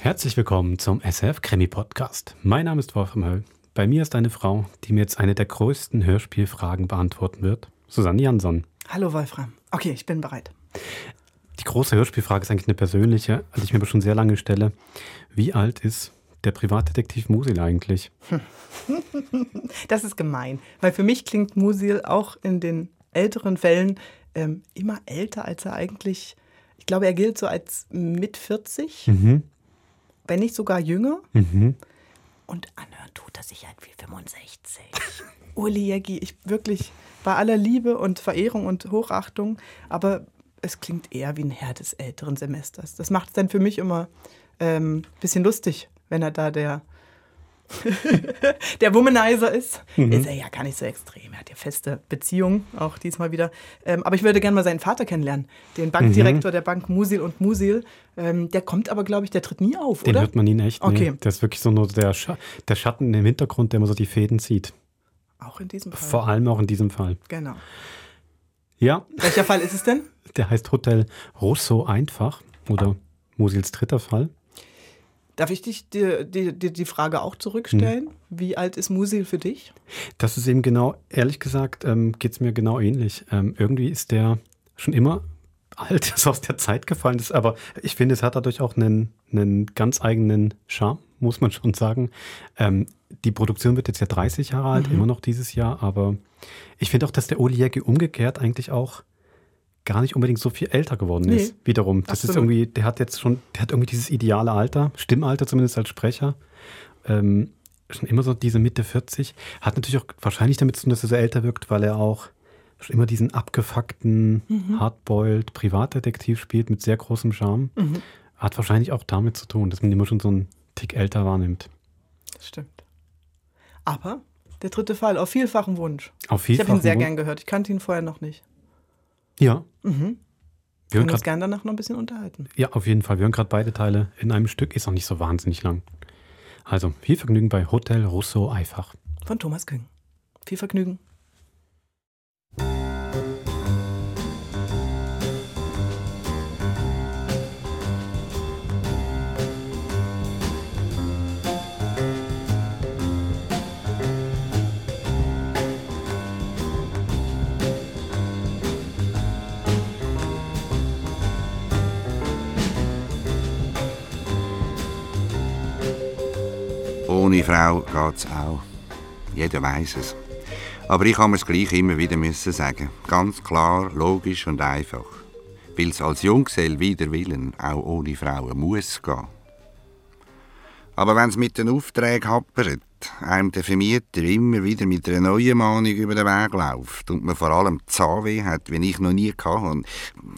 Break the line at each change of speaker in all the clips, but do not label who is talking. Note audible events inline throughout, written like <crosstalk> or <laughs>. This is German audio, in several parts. Herzlich willkommen zum SF Krimi Podcast. Mein Name ist Wolfram Höll. Bei mir ist eine Frau, die mir jetzt eine der größten Hörspielfragen beantworten wird. Susanne Jansson.
Hallo Wolfram. Okay, ich bin bereit.
Die große Hörspielfrage ist eigentlich eine persönliche, die ich mir aber schon sehr lange stelle. Wie alt ist der Privatdetektiv Musil eigentlich?
Hm, Das ist gemein, weil für mich klingt Musil auch in den älteren Fällen ähm, immer älter, als er eigentlich. Ich glaube, er gilt so als mit 40,
Mhm.
wenn nicht sogar jünger.
Mhm.
Und anhören tut er sich halt wie 65. <laughs> Uli Jeggi, ich wirklich bei aller Liebe und Verehrung und Hochachtung, aber es klingt eher wie ein Herr des älteren Semesters. Das macht es dann für mich immer ein ähm, bisschen lustig, wenn er da der, <laughs> der Womanizer ist.
Mhm.
Ist er ja gar nicht so extrem. Er hat ja feste Beziehungen, auch diesmal wieder. Ähm, aber ich würde gerne mal seinen Vater kennenlernen, den
Mhm.
Bankdirektor der Bank Musil und Musil. Ähm, der kommt aber, glaube ich, der tritt nie auf,
Den
oder?
hört man ihn echt. Nee.
Okay.
Der ist wirklich so nur der, Scha der Schatten im Hintergrund, der immer so die Fäden zieht.
Auch in diesem Fall.
Vor allem auch in diesem Fall.
Genau.
Ja,
Welcher Fall ist es denn?
der heißt Hotel Rosso einfach
Ah.
oder Musils dritter Fall.
Darf ich dich die, die, die, die Frage auch
Hm.
zurückstellen? Wie alt ist Musil für dich?
Das ist eben genau, ehrlich gesagt, ähm, geht es mir genau ähnlich. Ähm, irgendwie ist der schon immer alt, <laughs> ist aus der Zeit gefallen ist, aber ich finde, es hat dadurch auch einen, einen ganz eigenen Charme, muss man schon sagen. Ähm, die Produktion wird jetzt ja 30 Jahre
Mhm.
alt, immer noch dieses Jahr, aber ich finde auch, dass der Oli Jäcki umgekehrt eigentlich auch gar nicht unbedingt so viel älter geworden
Nee.
ist, wiederum. Das ist
Absolut.
irgendwie, der hat jetzt schon, der hat irgendwie dieses ideale Alter, Stimmalter zumindest als Sprecher ähm, schon immer so diese Mitte 40. Hat natürlich auch wahrscheinlich damit zu tun, dass er so älter wirkt, weil er auch schon immer diesen abgefuckten, hardboiled Privatdetektiv spielt mit sehr großem Charme. Hat wahrscheinlich auch damit zu tun, dass man ihn immer schon so einen Tick älter wahrnimmt.
Das stimmt. Aber der dritte Fall, auf vielfachen Wunsch.
Auf
Ich
jeden
habe
Fall.
ihn sehr gern gehört. Ich kannte ihn vorher noch nicht. Mhm.
Ja. Wir
Wir
hören
können uns
grad,
gerne danach noch ein bisschen unterhalten.
ja, auf jeden Fall. Wir hören gerade beide Teile in einem Stück. Ist auch nicht so wahnsinnig lang. Also, viel Vergnügen bei Hotel Russo Eifach.
Von Thomas Küng. Viel Vergnügen.
Ohne Frau geht's auch. Jeder weiß es. Aber ich kann mir's gleich immer wieder müssen sagen. Ganz klar, logisch und einfach. Weil es als Junggesell wider Willen auch ohne Frauen muss gehen. Aber wenn's mit den Aufträgen happert, einem der Vermieter immer wieder mit einer neuen Mahnung über den Weg läuft und man vor allem Zahnweh hat, wenn ich noch nie hatte. Und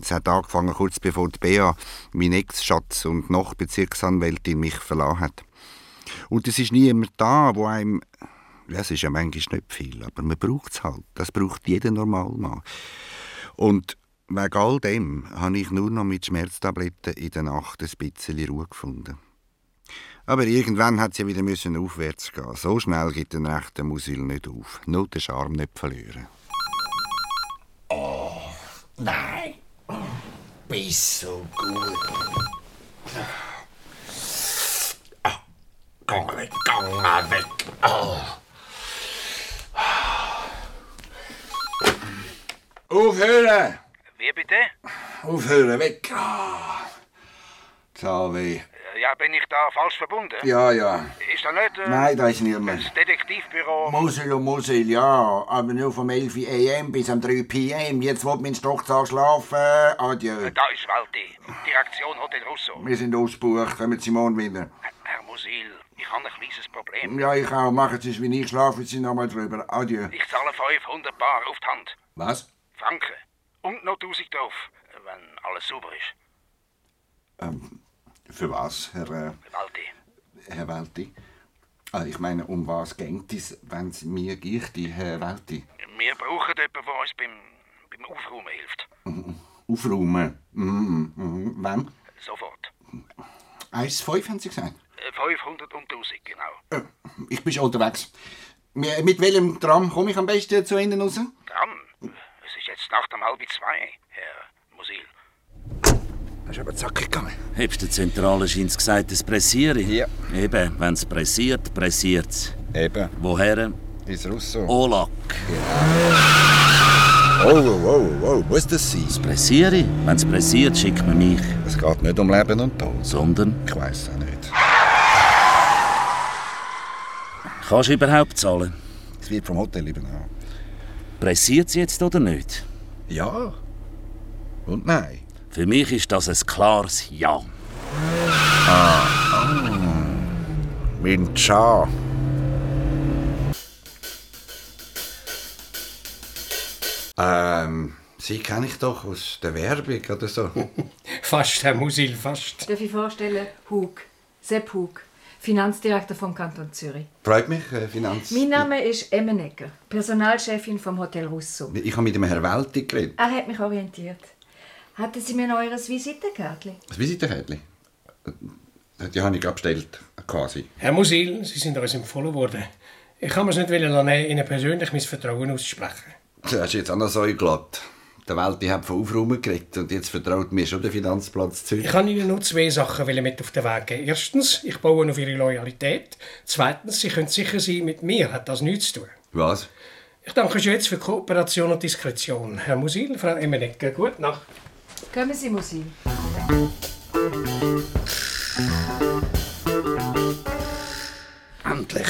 es hat angefangen kurz bevor die Bea, mein Ex-Schatz und Nachbezirksanwältin, mich verlassen hat. Und es ist niemand da, wo einem. Ja, es ist ja manchmal nicht viel, aber man braucht es halt. Das braucht jeder Normalmann. Und wegen all dem habe ich nur noch mit Schmerztabletten in der Nacht ein bisschen Ruhe gefunden. Aber irgendwann hat sie wieder müssen aufwärts gehen. So schnell geht den rechten Musil nicht auf. Nur den Charme nicht verlieren.
Oh, Nein. Bist Oh, so gut. Ah, Gang weg, gang mal weg. Oh.
Aufhören!
Wie bitte?
Aufhören, weg! Ah. Zahnweh.
Ja, bin ich da falsch verbunden?
Ja, ja.
Ist da nicht äh,
da ist niemand.
das Detektivbüro?
Mosel und Mosel, oh, ja. Aber nur vom 11 am bis am 3 pm. Jetzt wird mein Stockzahl schlafen. Adieu.
Da ist Walti, Direktion Hotel Russo.
Wir sind ausgebucht. Kommen Sie morgen wieder.
Herr Musil, ich habe ein kleines Problem.
Ja, ich auch. Machen Sie es wie ich. Schlafen Sie nochmal drüber. Adieu.
Ich zahle 500 Bar auf die Hand.
Was?
Franken. Und noch 1000 drauf, wenn alles sauber ist.
Ähm. Für was, Herr, äh,
Walti,
Herr Welti? Ah, ich meine, um was geht es, wenn es mir geht, Herr Welti? <laughs>
wir brauchen jemanden, der uns beim, beim Aufräumen hilft.
Aufräumen. Mhm, mhm. Wann?
Sofort.
1,5 haben Sie gesagt.
Äh, 500 und 1000, genau.
Äh, Ich bin schon unterwegs. Mir- Mit welchem Tram komme ich am besten zu Ihnen raus?
Dran. Es ist jetzt Nacht um halb zwei, Herr Musil.
Das ist aber zackig gegangen.
Hebst der Zentrale scheint's gesagt, es pressiere?
Ja.
Eben, wenn's pressiert, pressiert's.
Eben,
Woher?
ins Russo. Oh,
Olak.
oh, oh, oh, muss das sein?
Pressiere? Wenn's pressiert, schickt man mich.
Es geht nicht um Leben und Tod.
Sondern,
Ich weiß auch nicht.
kannst du überhaupt zahlen?
Es wird vom Hotel übernommen.
Pressiert's jetzt oder nicht?
Ja. Und nein.
Für mich ist das ein klares Ja.
Ah, Wincha. Ähm, sie kenne ich doch aus der Werbung oder so.
<laughs> Fast, Herr Musil, fast.
Darf ich vorstellen? Hug. Sepp Hug, Finanzdirektor vom Kanton Zürich.
Freut mich, äh, Finanz.
Mein Name ist Emmenecker, Personalchefin vom Hotel Russo.
Ich habe mit dem Herrn Welti geredet.
Er hat mich orientiert. Hatten Sie mir noch Eures Visitenkärtchen?
Das Visitenkärtchen. Äh, Die habe ich abgestellt, quasi.
Herr Musil, Sie sind uns empfohlen worden. Ich kann mir's nicht wollen lassen, Ihnen persönlich mein Vertrauen auszusprechen.
Das ist jetzt auch noch so glatt. Der Welti hat von Aufräumen geredet und jetzt vertraut mir schon der Finanzplatz Zürich.
Ich kann Ihnen nur zwei Sachen wollen mit auf den Weg geben. Erstens, ich baue auf Ihre Loyalität. Zweitens, Sie können sicher sein, mit mir hat das nichts zu tun.
Was?
Ich danke schon jetzt für Kooperation und Diskretion. Herr Musil, Frau Emmenegger, gute Nacht.
Kommen Sie, Musil.
Endlich.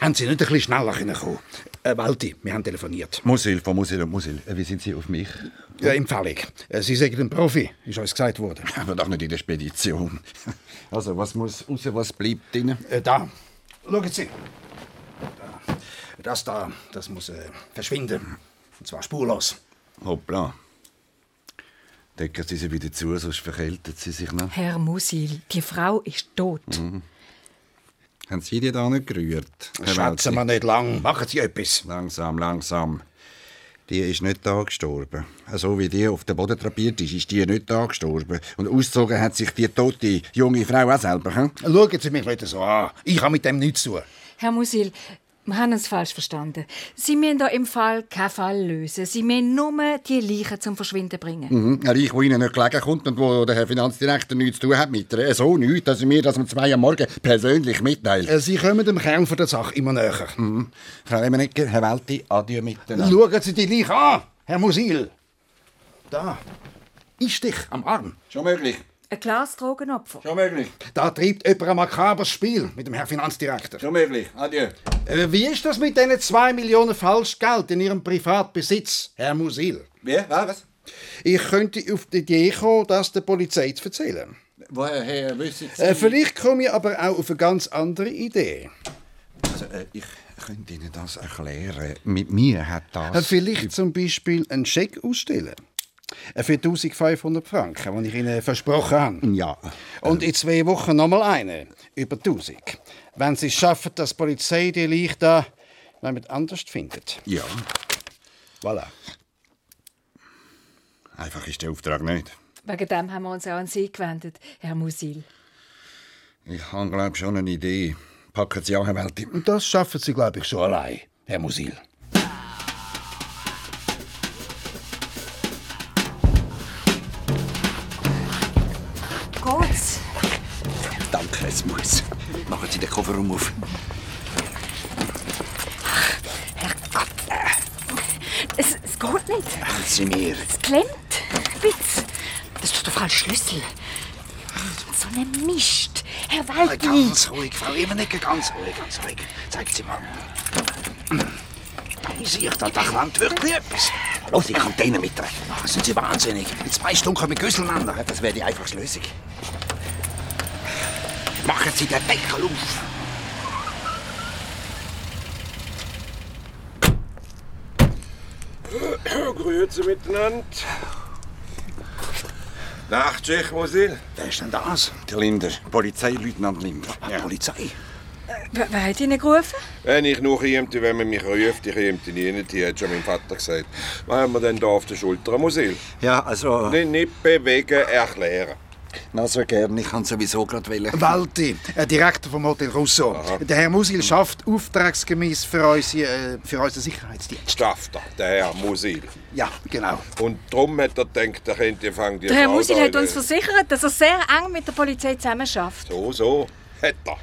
Haben Sie nicht ein bisschen schneller kommen können? Äh, Walti, wir haben telefoniert.
Musil, von Musil und Musil. Äh, Wie sind Sie auf mich?
Ja, Empfehlung. Äh, Sie sind ein Profi, ist uns gesagt worden.
<laughs> Aber doch nicht in der Spedition. Also, was muss raus, was bleibt drin?
Äh, da. Schauen Sie. Da. Das da, das muss äh, verschwinden. Und zwar spurlos.
Hoppla. Decken Sie sie wieder zu, sonst verkältet sie sich noch.
Herr Musil, die Frau ist tot.
Hm.
Mhm. Haben Sie die da nicht gerührt? Herr
Schwätzen wir
Welti?
nicht lang. Machen Sie etwas.
Langsam, langsam. Die ist nicht da gestorben. So wie die auf dem Boden trapiert ist, ist die nicht da gestorben. Und ausgezogen hat sich die tote junge Frau auch selber. Hm?
Schauen Sie mich nicht so an. Ich habe mit dem nichts zu tun.
Herr Musil, wir haben es falsch verstanden. Sie müssen da im Fall keinen Fall lösen. Sie müssen nur die Leichen zum Verschwinden bringen.
Mhm. Ein Reich, wo Ihnen nicht gelegen kommt und wo der Herr Finanzdirektor nichts zu tun hat mit ihr. So nichts, dass er mir das um zwei am Morgen persönlich mitteilt.
Äh, Sie kommen dem Kern von der Sache immer näher.
Frau Emmenegger, Herr Welti, adieu miteinander.
Schauen Sie die gleich an, Herr Musil. Da. Einstich am Arm.
Schon möglich,
Ein klares Drogenopfer.
schon möglich,
Da treibt jemand ein makabres Spiel mit dem Herrn Finanzdirektor.
schon möglich, adieu.
Äh, Wie ist das mit diesen 2 Millionen Falschgeld in Ihrem Privatbesitz, Herr Musil?
Wer? Was?
Ich könnte auf die Idee kommen, das der Polizei zu erzählen.
Woher wissen Sie?
Mhm. Äh, vielleicht komme ich aber auch auf eine ganz andere Idee.
Also, äh, ich könnte Ihnen das erklären. Mit mir hat
Äh,
das...
vielleicht zum Beispiel einen Scheck ausstellen. Äh, Für 1500 Franken, den ich Ihnen versprochen habe.
Ja.
Und in zwei Wochen nochmal eine. Über 1000. Wenn Sie es schaffen, dass die Polizei die Leiche da jemand anders findet.
Ja.
Voilà.
Einfach ist der Auftrag nicht.
Wegen dem haben wir uns auch an Sie gewendet, Herr Musil.
Ich habe, glaube ich, schon eine Idee. Packen Sie an, Herr Welti.
Und das schaffen Sie, glaube ich, schon allein, Herr Musil.
Geht's?
Danke, es muss. Machen Sie den Kofferraum auf.
Es, es geht nicht.
Machen Sie mir.
Es klemmt. Spitz. Das ist doch der falsche Schlüssel. So eine Mist. Herr Waldi.
Ganz ruhig, Frau Immenecke, ganz ruhig, ganz ruhig. Zeigt sie mal. Ich sehe, da, da klemmt wirklich etwas. Los, ich kann denen mittragen. Ah, Sind Sie wahnsinnig? In zwei Stunden kommen Güsselmänner. Das wäre die einfachste Lösung. Machen Sie den Deckel auf.
<clears throat> Grüezi miteinander. Nacht, Jack Musil.
Wer ist denn das?
Der Linder. Polizeileutnant Linder.
Die Ah, Polizei.
Wer, wer hat Ihnen gerufen?
Wenn ich noch kämte, wenn man mich ruft, ich kämte nie nicht hier, hat schon mein Vater gesagt. Was haben wir denn da auf der Schulter, Musil?
Ah.
Ja, also...
Nicht, nicht bewegen, erklären.
Na so gern, ich kann sowieso gerade wählen.
Walti, äh, Direktor vom Hotel Rousseau. Der Herr Musil schafft auftragsgemäß für, unsere, äh, für unseren Sicherheitsdienst.
Schafft er, der Herr Musil.
Ja, genau.
Und darum hat er gedacht, er könnte fangen die
Der Herr
Frau
Musil
da
hat
in-
uns versichert, dass er sehr eng mit der Polizei zusammenarbeitet.
So, so, hat er.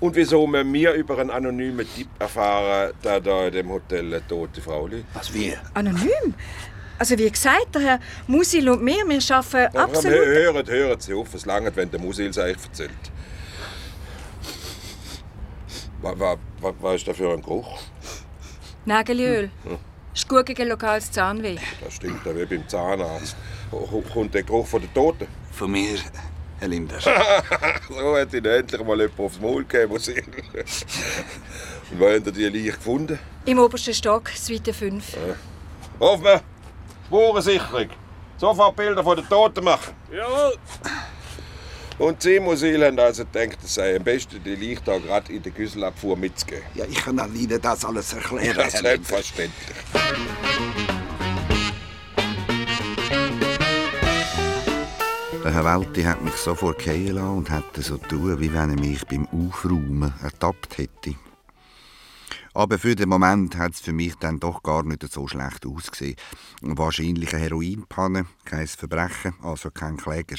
Und wieso haben wir über einen anonymen Typ erfahren, der da in dem Hotel eine tote Frau liegt?
Was wir?
Anonym? Also wie gesagt, der Herr Musil und wir, wir arbeiten
Aber wir
absolut...
hören, hören Sie auf, es langt, wenn der Musil es euch erzählt. Was, was, was, was ist da für ein Geruch?
Nagelöl.
Hm,
Ist gut gegen lokales Zahnweh.
Das stimmt, da wie beim Zahnarzt. Ho- ho- Kommt der Geruch von der Toten?
Von mir, Herr Linder.
<laughs> so hat ihn endlich mal jemand aufs Maul gegeben, Musil. Und wo habt ihr die Leiche gefunden?
Im obersten Stock, Suite 5.
Ja. Hoffmann, Spurensicherung. Sofort Bilder von den Toten machen. Jawohl. Und Sie, Musil, haben also gedacht, es sei am besten, die Leiche da gerade in der Güsselabfuhr mitzugeben.
Ja, ich kann Ihnen das alles erklären.
Das
Herr Linder.
selbstverständlich.
Der Herr Welti hat mich sofort gehen lassen und hätte so tun, wie wenn er mich beim Aufräumen ertappt hätte. Aber für den Moment hat es für mich dann doch gar nicht so schlecht ausgesehen. Wahrscheinlich eine Heroinpanne, kein Verbrechen, also kein Kläger.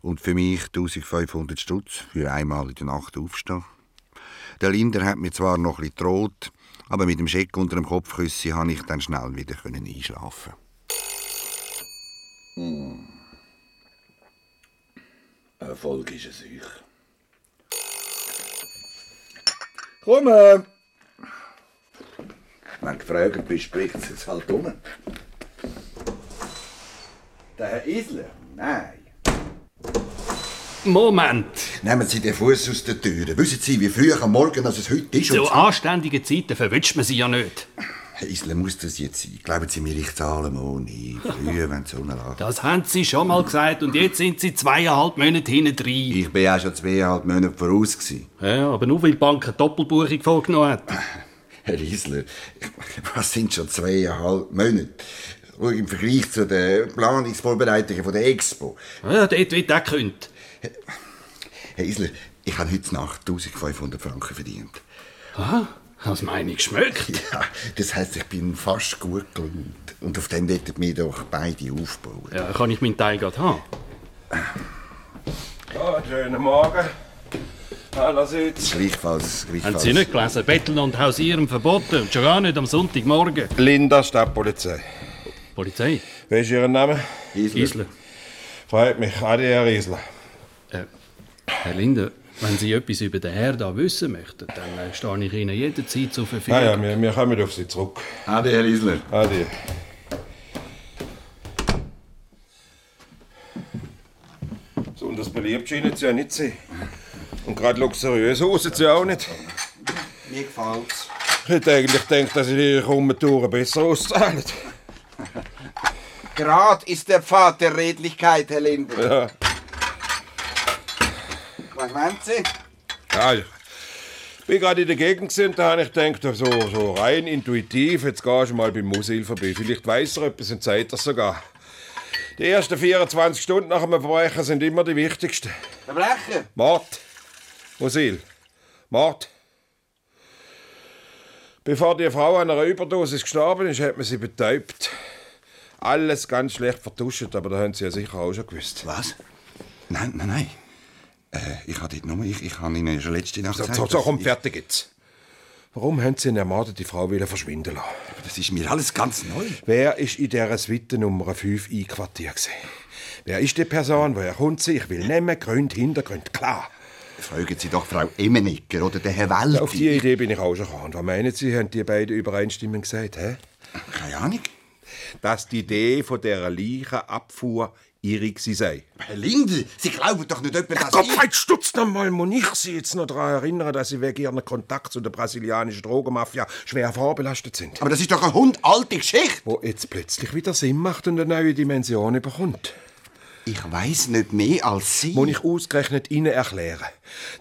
Und für mich 1500 Stutz für einmal in der Nacht aufstehen. Der Linder hat mir zwar noch etwas droht, aber mit dem Scheck unter dem Kopfküssi konnte ich dann schnell wieder können einschlafen.
Erfolg ist es euch. Komm! äh. Wenn du gefragt bist, spricht es jetzt halt um. Der Herr Isler? Nein.
Moment!
Nehmen Sie den Fuß aus der Tür. Wissen Sie, wie früh am Morgen als es heute ist?
So anständige Zeiten verwünscht man sie ja nicht.
Herr Isler, muss das jetzt sein? Glauben Sie mir, ich zahle mal nie. Früh, wenn die Sonne lacht.
Das haben sie schon mal gesagt und jetzt sind sie zweieinhalb Monate hinten rein.
Ich bin ja schon zweieinhalb Monate voraus. Gewesen.
Ja, aber nur weil die Bank eine Doppelbuchung vorgenommen hat.
Herr Isler, was sind schon zweieinhalb Monate? Schau, Im Vergleich zu den Planungsvorbereitungen von der Expo.
Ah Ja, dort wird auch gekündigt.
Herr Isler, ich habe heute Nacht 1500 Franken verdient.
Ah, das meine ich schmeckt.
Ja, das heisst, ich bin fast gut gelaunt. Und auf dem werden wir doch beide aufbauen.
Ja, kann ich meinen Teil gerade haben?
Ja, schönen Morgen. Allerseits.
Gleichfalls,
Haben Sie nicht gelesen? Betteln und Hausieren verboten und schon gar nicht am Sonntagmorgen.
Linda Stadtpolizei.
Polizei?
Weißt du Ihren Namen?
Isler. Isler.
Freut mich, Adi Herr Isler.
Äh, Herr Linder, wenn Sie etwas über den Herrn da wissen möchten, dann äh, stehe ich Ihnen jederzeit zur Verfügung.
Ah Ja, ja, wir, wir kommen auf Sie zurück.
Adi, Herr Isler.
Adi. Besonders beliebt scheinen Sie ja nicht zu sein. Und gerade luxuriös hausen Sie auch nicht.
Mir gefällt's.
Ich hätte eigentlich gedacht, dass ich Ihre Kommentare besser auszahlen.
Grad ist der Pfad der Redlichkeit, Herr Linder.
Ja.
Was meinen Sie?
Ja, ich bin gerade in der Gegend gewesen und da habe ich gedacht, so, so rein intuitiv, jetzt gehst du mal beim Musil vorbei. Vielleicht weiß er etwas und sagt das sogar. Die ersten 24 Stunden nach einem Verbrechen sind immer die wichtigsten.
Verbrechen?
Mord. Musil. Mord. Bevor die Frau an einer Überdosis gestorben ist, hat man sie betäubt. Alles ganz schlecht vertuscht, aber da haben sie ja sicher auch schon gewusst.
Was? Nein, nein, nein. Äh, ich habe dort nur, ich, ich habe Ihnen schon letzte Nacht
So,
gesagt,
so, so
dass
komm,
ich-
fertig jetzt. Warum haben Sie eine ermordete Frau wieder verschwinden lassen?
Das ist mir alles ganz neu.
Wer ist in dieser Suite Nummer 5 einquartiert? gewesen? Wer ist die Person, woher kommt sie? Ich will nehmen, Gründe, Hintergründe, klar.
Fragen Sie doch Frau Emmenegger oder den Herrn Welti.
Auf diese Idee bin ich auch schon gekommen. Was meinen Sie, haben die beiden übereinstimmend gesagt? Hä?
Keine Ahnung.
Dass die Idee von dieser Leichenabfuhr irrig sie sei.
Herr Linde, Sie glauben doch nicht etwa, dass
Kopf, halt, stutz noch mal, muss ich Sie jetzt noch daran erinnern, dass Sie wegen Ihren Kontakt zu der brasilianischen Drogenmafia schwer vorbelastet sind.
Aber das ist doch eine hundalte Geschichte.
Wo jetzt plötzlich wieder Sinn macht und eine neue Dimension bekommt.
Ich weiß nicht mehr als Sie.
Muss ich ausgerechnet Ihnen erklären,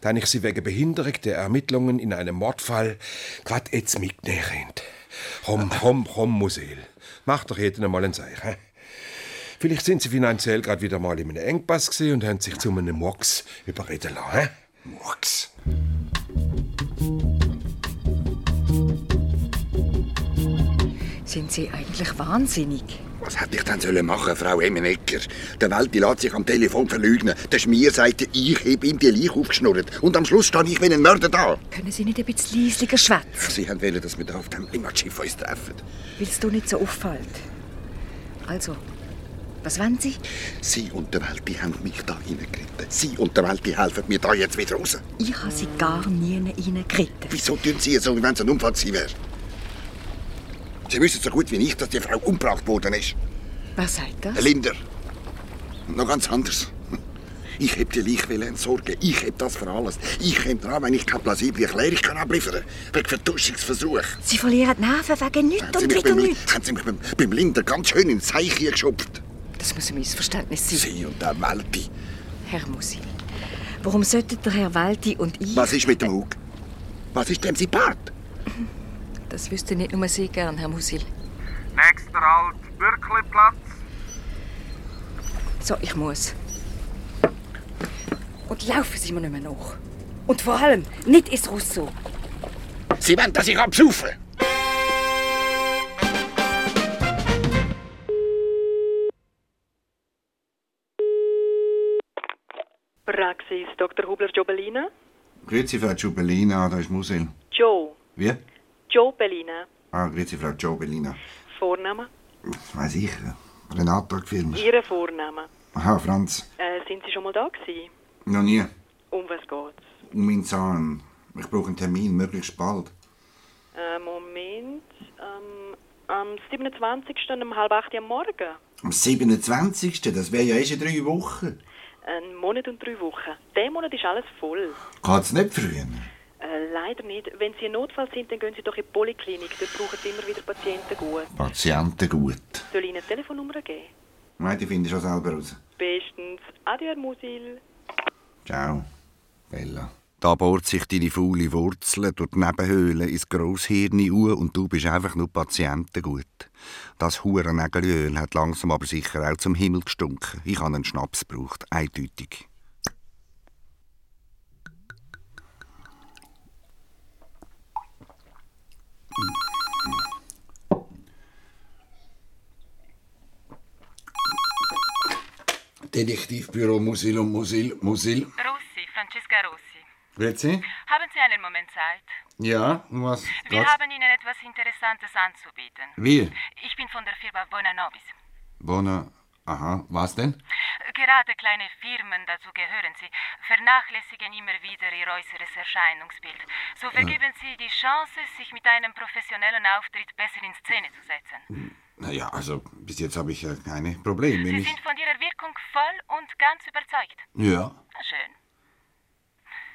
dass ich Sie wegen Behinderung der Ermittlungen in einem Mordfall grad jetzt mitnehmen könnte. Komm, komm, komm, Musil. Mach doch jeden einmal ein Zeichen. hä? Vielleicht sind sie finanziell gerade wieder mal in einem Engpass gesehen und haben sich zu einem Murks überreden lassen. hä? Murks?
Sind Sie eigentlich wahnsinnig?
Was hätte ich denn sollen machen, Frau Emenecker? Der Welt die lässt sich am Telefon verleugnen. Der Schmier sagt, ich habe ihm die Leiche aufgeschnurrt. Und am Schluss stand ich wie ein Mörder da.
Können Sie nicht ein bisschen leislicher schwätzen,
Sie haben wollen, dass wir da auf dem Limmatschiff uns treffen.
weil es dir nicht so auffällt? Also, was wollen Sie?
Sie und der Welt, die haben mich da reingeritten. Sie und der Welt, die helfen mir da jetzt wieder raus.
Ich habe Sie gar nie reingeritten.
Wieso tun Sie es, als wenn es ein Unfall gewesen wäre? Sie wissen so gut wie ich, dass die Frau umgebracht worden ist.
Was sagt das?
Ein Linder. Und noch ganz anders. Ich heb die Leichwelle entsorgen. Ich heb das für alles. Ich komme dran, wenn ich keine plausible Erklärung kann abliefern kann. Wegen Vertuschungsversuch.
Sie verlieren die Nerven wegen nichts und wieder
beim,
nichts.
haben Sie mich beim, beim Linder ganz schön ins Zeichen geschupft.
Das muss ein Missverständnis sein.
Sie und der Melti.
Herr Musil, warum sollten der Herr Welti und ich...
Was ist mit dem Hug? Was ist dem sein Part?
Das wüsste nicht nur Sie gern, Herr Musil.
Nächster Halt, Bürkliplatz.
So, ich muss. Und laufen Sie mir nicht mehr nach. Und vor allem nicht ins Russo.
Sie wollen, dass ich absaufe.
Praxis, Dr. Hubler-Jobelina.
Grüezi, Frau Giubellina, da ist Musil.
Joe.
Wie?
Jobelina.
Ah, grüezi, Frau Giubellina.
Vorname?
Weiß ich, Renato gefilmt.
Ihre Vorname.
Aha, Franz.
Äh, sind Sie schon mal da gewesen?
Noch nie.
Um was geht's?
Um meinen Zahn. Ich brauche einen Termin, möglichst bald.
Äh, Moment. Ähm, am 27. um halb acht am Morgen.
Am 27. Das wäre ja erst in drei Wochen.
Ein Monat und drei Wochen. Der Monat ist alles voll.
Geht's nicht früher?
Äh, leider nicht. Wenn Sie ein Notfall sind, dann gehen Sie doch in die Poliklinik. Dort brauchen Sie immer wieder Patienten gut.
Patienten gut.
Soll ich Ihnen eine Telefonnummer geben?
Nein, die finde ich schon selber raus.
Bestens. Adieu, Herr Musil.
Ciao, Bella.
Da bohrt sich deine faule Wurzel durch die Nebenhöhle ins Grosshirn Uhr und du bist einfach nur Patientengut. Das Hurenägelöl hat langsam aber sicher auch zum Himmel gestunken. Ich habe einen Schnaps gebraucht, eindeutig. Detektivbüro Musil und Musil, Musil.
Rossi, Francesca Rossi.
Grüezi.
Haben Sie einen Moment Zeit?
Ja, um was
Wir
geht's?
haben Ihnen etwas Interessantes anzubieten.
Wir?
Ich bin von der Firma Bonanovis.
Bona. Aha, was denn?
Gerade kleine Firmen, dazu gehören Sie, vernachlässigen immer wieder ihr äußeres Erscheinungsbild. So vergeben Sie die Chance, sich mit einem professionellen Auftritt besser in Szene zu setzen.
Naja, also bis jetzt habe ich ja keine
Sie
Probleme. Wenn ich...
sind von Ihrer Wirkung voll und ganz überzeugt.
Ja.
Na, Schön.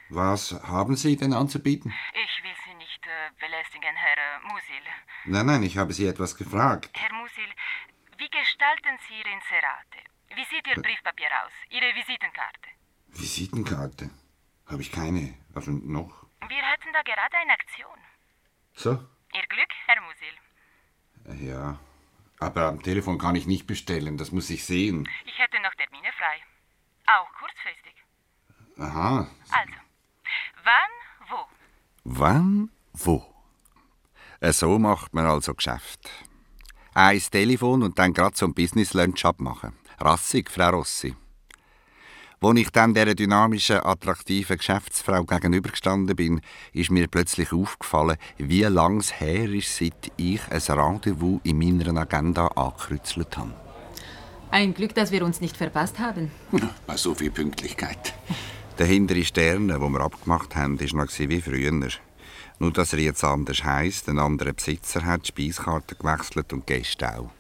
Was haben Sie denn anzubieten?
Ich will Sie nicht äh, belästigen, Herr äh, Musil.
Nein, nein, ich habe Sie etwas gefragt.
Herr Musil, wie gestalten Sie Ihre Inserate? Wie sieht Ihr Briefpapier aus? Ihre Visitenkarte?
Visitenkarte? Habe ich keine. Also noch?
Wir hätten da gerade eine Aktion.
So?
Ihr Glück, Herr Musil.
Ja. Aber am Telefon kann ich nicht bestellen, das muss ich sehen.
Ich hätte noch Termine frei. Auch kurzfristig.
Aha.
Also, wann, wo?
Wann, wo? Äh, So macht man also Geschäft. Eins Telefon und dann grad zum Business Lunch abmachen. Rassig, Frau Rossi. Wo ich dann dieser dynamischen, attraktiven Geschäftsfrau gegenübergestanden bin, ist mir plötzlich aufgefallen, wie lang es her ist, seit ich ein Rendezvous in meiner Agenda angekreuzelt habe.
Ein Glück, dass wir uns nicht verpasst haben.
Bei so viel Pünktlichkeit. Der hintere Stern, den wir abgemacht haben, war noch wie früher. Nur, dass er jetzt anders heisst, einen anderen Besitzer hat, die Speiskarte gewechselt und die Gäste auch.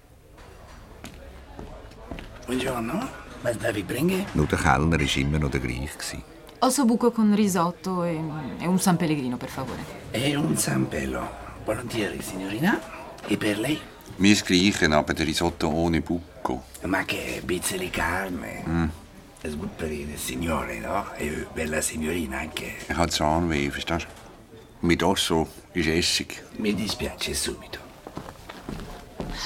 Buongiorno, was darf ich bringen?
Nur der Kellner war immer noch der gleiche. gewesen.
Also,
Ossobuco con risotto e, e un San Pellegrino, per favore.
È un zampello. Volentieri, signorina. E per lei?
Mir das Gleiche, aber der Risotto ohne Bucco.
Ma che pizza di carne.
Hm,
Mm.
È gut per il signore, no? E per la signorina anche.
Ich habe Zahnweh, verstehst du? Mit Osso ist Essig.
Mi dispiace subito.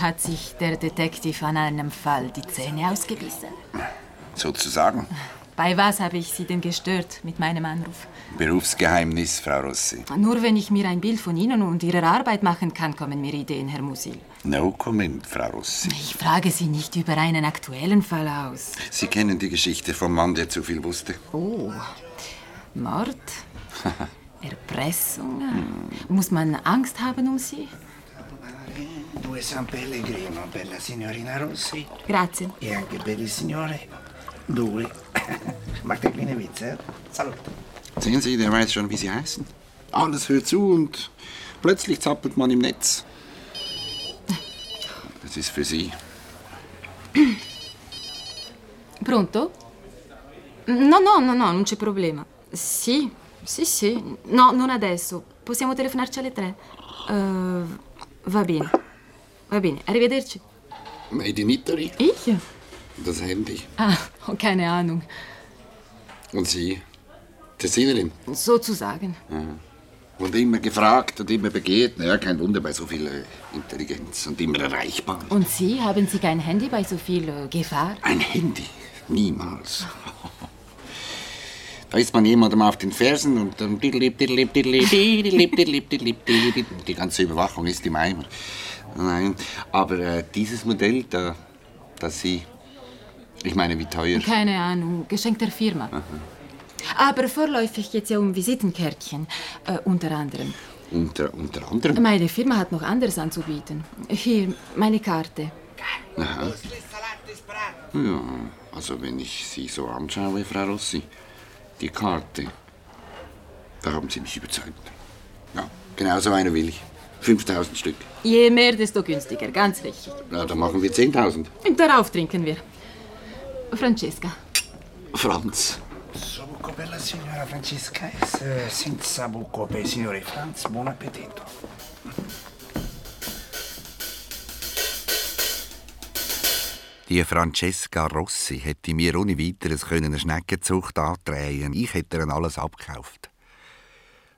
Hat sich der Detektiv an einem Fall die Zähne ausgebissen?
Sozusagen.
Bei was habe ich Sie denn gestört mit meinem Anruf?
Berufsgeheimnis, Frau Rossi.
Nur wenn ich mir ein Bild von Ihnen und Ihrer Arbeit machen kann, kommen mir Ideen, Herr Musil.
No comment, Frau Rossi.
Ich frage Sie nicht über einen aktuellen Fall aus.
Sie kennen die Geschichte vom Mann, der zu viel wusste.
Oh, Mord, Erpressung. Muss man Angst haben um Sie?
Due San Pellegrino per la signorina Rossi
Grazie.
e anche per il signore. Due. <laughs> Macht viene Witze? eh? Salute.
Sehen Sie, der weiß schon, wie Sie heißen. Alles hört zu und plötzlich zappelt man im Netz. Das ist für Sie.
<clears throat> Pronto? No, no, no, no, non c'è problema. Sì, sì, sì. No, non adesso. Possiamo telefonarci alle tre. Eh, va bene. Va bene, arrivederci.
Made in Italy,
Ich?
das Handy.
Ah, ho keine Ahnung.
Und Sie, Tessinerin.
Sozusagen.
Ja. Mhm. Und immer gefragt und immer begehrt. Naja, kein Wunder bei so viel äh, Intelligenz und immer erreichbar.
Und Sie, haben Sie kein Handy bei so viel äh, Gefahr?
Ein Handy? Niemals. <laughs> Da ist man jemandem auf den Fersen und dann diddlip, diddlip, diddlip, diddlip, diddlip, diddlip, diddlip. die ganze Überwachung ist im Eimer. Nein, aber äh, dieses Modell, da, das Sie, ich meine, wie teuer.
Keine Ahnung, Geschenk der Firma. Ah, Aber vorläufig geht's ja um Visitenkärtchen, äh, unter anderem.
Unter, unter anderem.
Meine Firma hat noch anderes anzubieten. Hier, meine Karte.
Aha. Ja, also wenn ich Sie so anschaue, Frau Rossi, die Karte, da haben Sie mich überzeugt. Ja, genau so eine will ich. 5000 Stück.
Je mehr, desto günstiger, ganz richtig.
Na, dann machen wir 10.000.
Darauf trinken wir. Francesca.
Franz.
Sabucco per la signora Francesca e se- Eh, senza bucco per il signore Franz. Buon appetito.
Die Francesca Rossi hätte mir ohne weiteres können eine Schneckenzucht andrehen Ich hätte ihr alles abgekauft.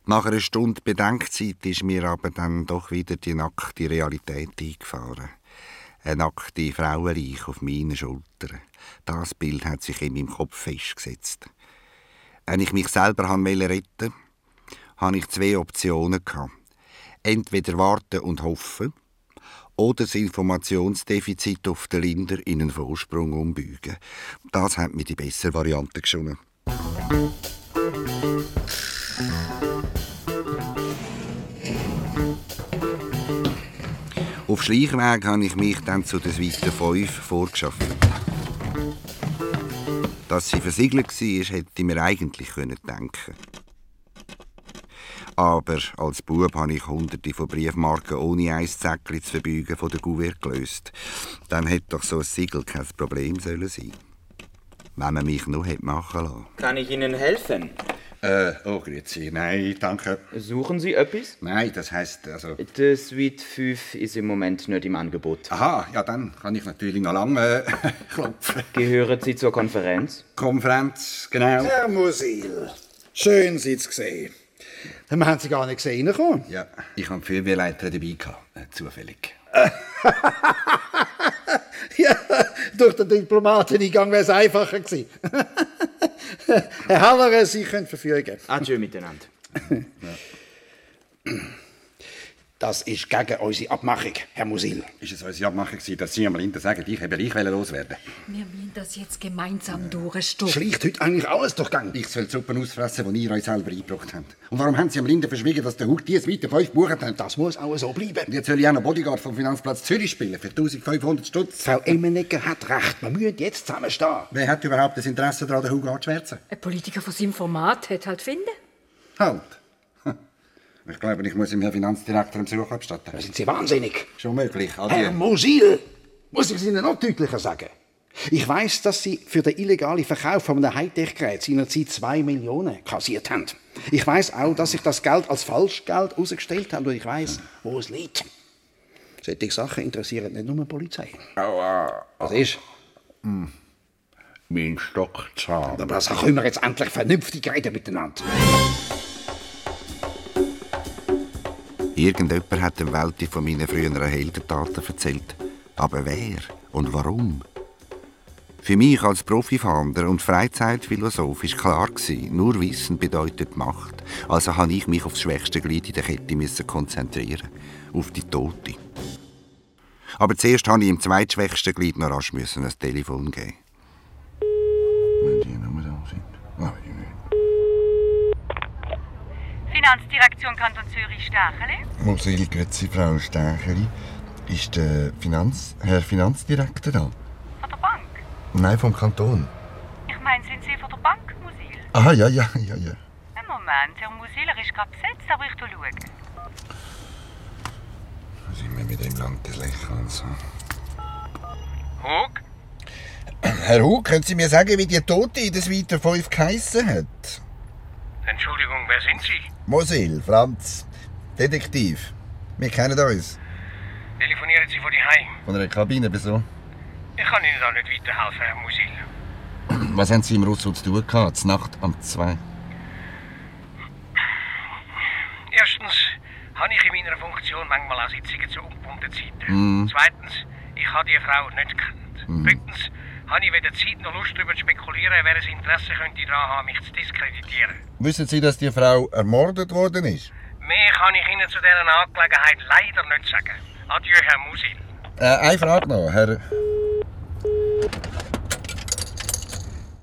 Nach einer Stunde Bedenkzeit ist mir aber dann doch wieder die nackte Realität eingefahren. Eine nackte Frauenreich auf meinen Schultern. Das Bild hat sich in meinem Kopf festgesetzt. Wenn ich mich selber han wollte retten hatte ich zwei Optionen. gehabt. Entweder warten und hoffen oder das Informationsdefizit auf den Linder in einen Vorsprung umbeugen. Das hat mir die bessere Variante geschonen. Auf Schleichweg habe ich mich dann zu der Suite 5 vorgeschafft. Dass sie versiegelt war, hätte ich mir eigentlich können denken aber als Bub habe ich hunderte von Briefmarken ohne ein Säckchen zu verbeugen von der Gouverne gelöst. Dann hätte doch so ein Siegel kein Problem sollen sein Wenn man mich nur hätte machen lassen.
Kann ich Ihnen helfen?
Äh, oh, grüezi. Nein, danke.
Suchen Sie etwas?
Nein, das heißt also...
Die Suite 5 ist im Moment nicht im Angebot.
Aha, ja, dann kann ich natürlich noch lange äh, <laughs> klopfen.
Gehören Sie zur Konferenz?
Konferenz, genau.
Herr Musil, schön Sie zu sehen. Wir haben Sie gar nicht gesehen ne? reinkommen.
Ja, ich habe viel Leiter dabei gehabt, äh, zufällig.
Ja, durch den Diplomateneingang wäre es einfacher gewesen. Herr Hallerer, äh, Sie können verfügen.
<laughs>
Adieu miteinander.
Das ist gegen unsere Abmachung, Herr Musil.
Ist es unsere Abmachung gewesen, dass Sie am Linder sagen, ich habe ich loswerden?
Wir müssen das jetzt gemeinsam durchstehen.
Schlicht heute eigentlich alles durchgegangen. Ich soll die Suppen ausfressen, die ihr euch selber eingebracht habt. Und warum haben Sie am Linden verschwiegen, dass der Hug diese Weite bei euch gebucht hat? Das muss auch so bleiben. Und jetzt soll ich auch noch Bodyguard vom Finanzplatz Zürich spielen, für 1500 Stutz. Frau Emmenegger hat recht, wir müssen jetzt zusammenstehen. Wer hat überhaupt das Interesse daran, den Hug anzuschwärzen?
Ein Politiker von seinem Format hat halt finden.
Halt. <laughs> Hm. Ich glaube, ich muss dem Herrn Finanzdirektor einen Besuch abstatten. Sind Sie wahnsinnig? Schon möglich,
Herr
Adieu.
Musil, muss ich es Ihnen noch deutlicher sagen. Ich weiß, dass Sie für den illegalen Verkauf von einem Hightech-Gerät seinerzeit 2 Millionen kassiert haben. Ich weiß auch, dass ich das Geld als Falschgeld herausgestellt habe und ich weiß, wo es liegt. Solche Sachen interessieren nicht nur die Polizei.
Aua.
Was ist?
Ah.
Mein Stockzahn.
Aber das können wir jetzt endlich vernünftig reden miteinander.
Irgendjemand hat dem Welti von meinen früheren Heldentaten erzählt. Aber wer und warum? Für mich als Profifahnder und Freizeitphilosoph ist klar gewesen, nur Wissen bedeutet Macht. Also habe ich mich aufs schwächste Glied in der Kette müssen konzentrieren, auf die Tote. Aber zuerst habe ich im zweitschwächsten Glied noch rasch müssen ein Telefon geben.
Finanzdirektion Kanton Zürich Stacheli?
Mosel, grüezi, Frau Stacheli. Ist der Finanz Herr Finanzdirektor da?
Von der Bank?
Nein, vom Kanton.
Ich meine, sind Sie von der Bank, Musil?
Ah, ja, ja, ja, ja.
Einen Moment, Herr Musil, er ist gerade besetzt, aber ich schaue.
Was sind wir mit dem also. Land des Lächelns?
Hug?
Herr Hug, können Sie mir sagen, wie die Tote in der Suite 5 geheissen hat?
Entschuldigung, wer sind Sie?
Mosel, Franz, Detektiv. Wir kennen uns.
Telefonieren Sie von daheim.
Von einer Kabine bis so.
Ich kann Ihnen da nicht weiterhelfen, Herr Musil.
<clears throat> Was haben Sie im Russo zu tun gehabt, zur Nacht um am 2?
Erstens habe ich in meiner Funktion manchmal auch Sitzungen zu ungewohnten Zeiten.
Mhm.
Zweitens, ich habe die Frau nicht gekannt.
Mhm.
Drittens, habe ich weder Zeit noch Lust darüber zu spekulieren, wer ein Interesse könnte daran haben, mich zu diskreditieren.
Wissen Sie, dass die Frau ermordet worden ist?
Mehr kann ich Ihnen zu dieser Angelegenheit leider nicht sagen. Adieu, Herr Musil.
Äh, eine Frage noch, Herr.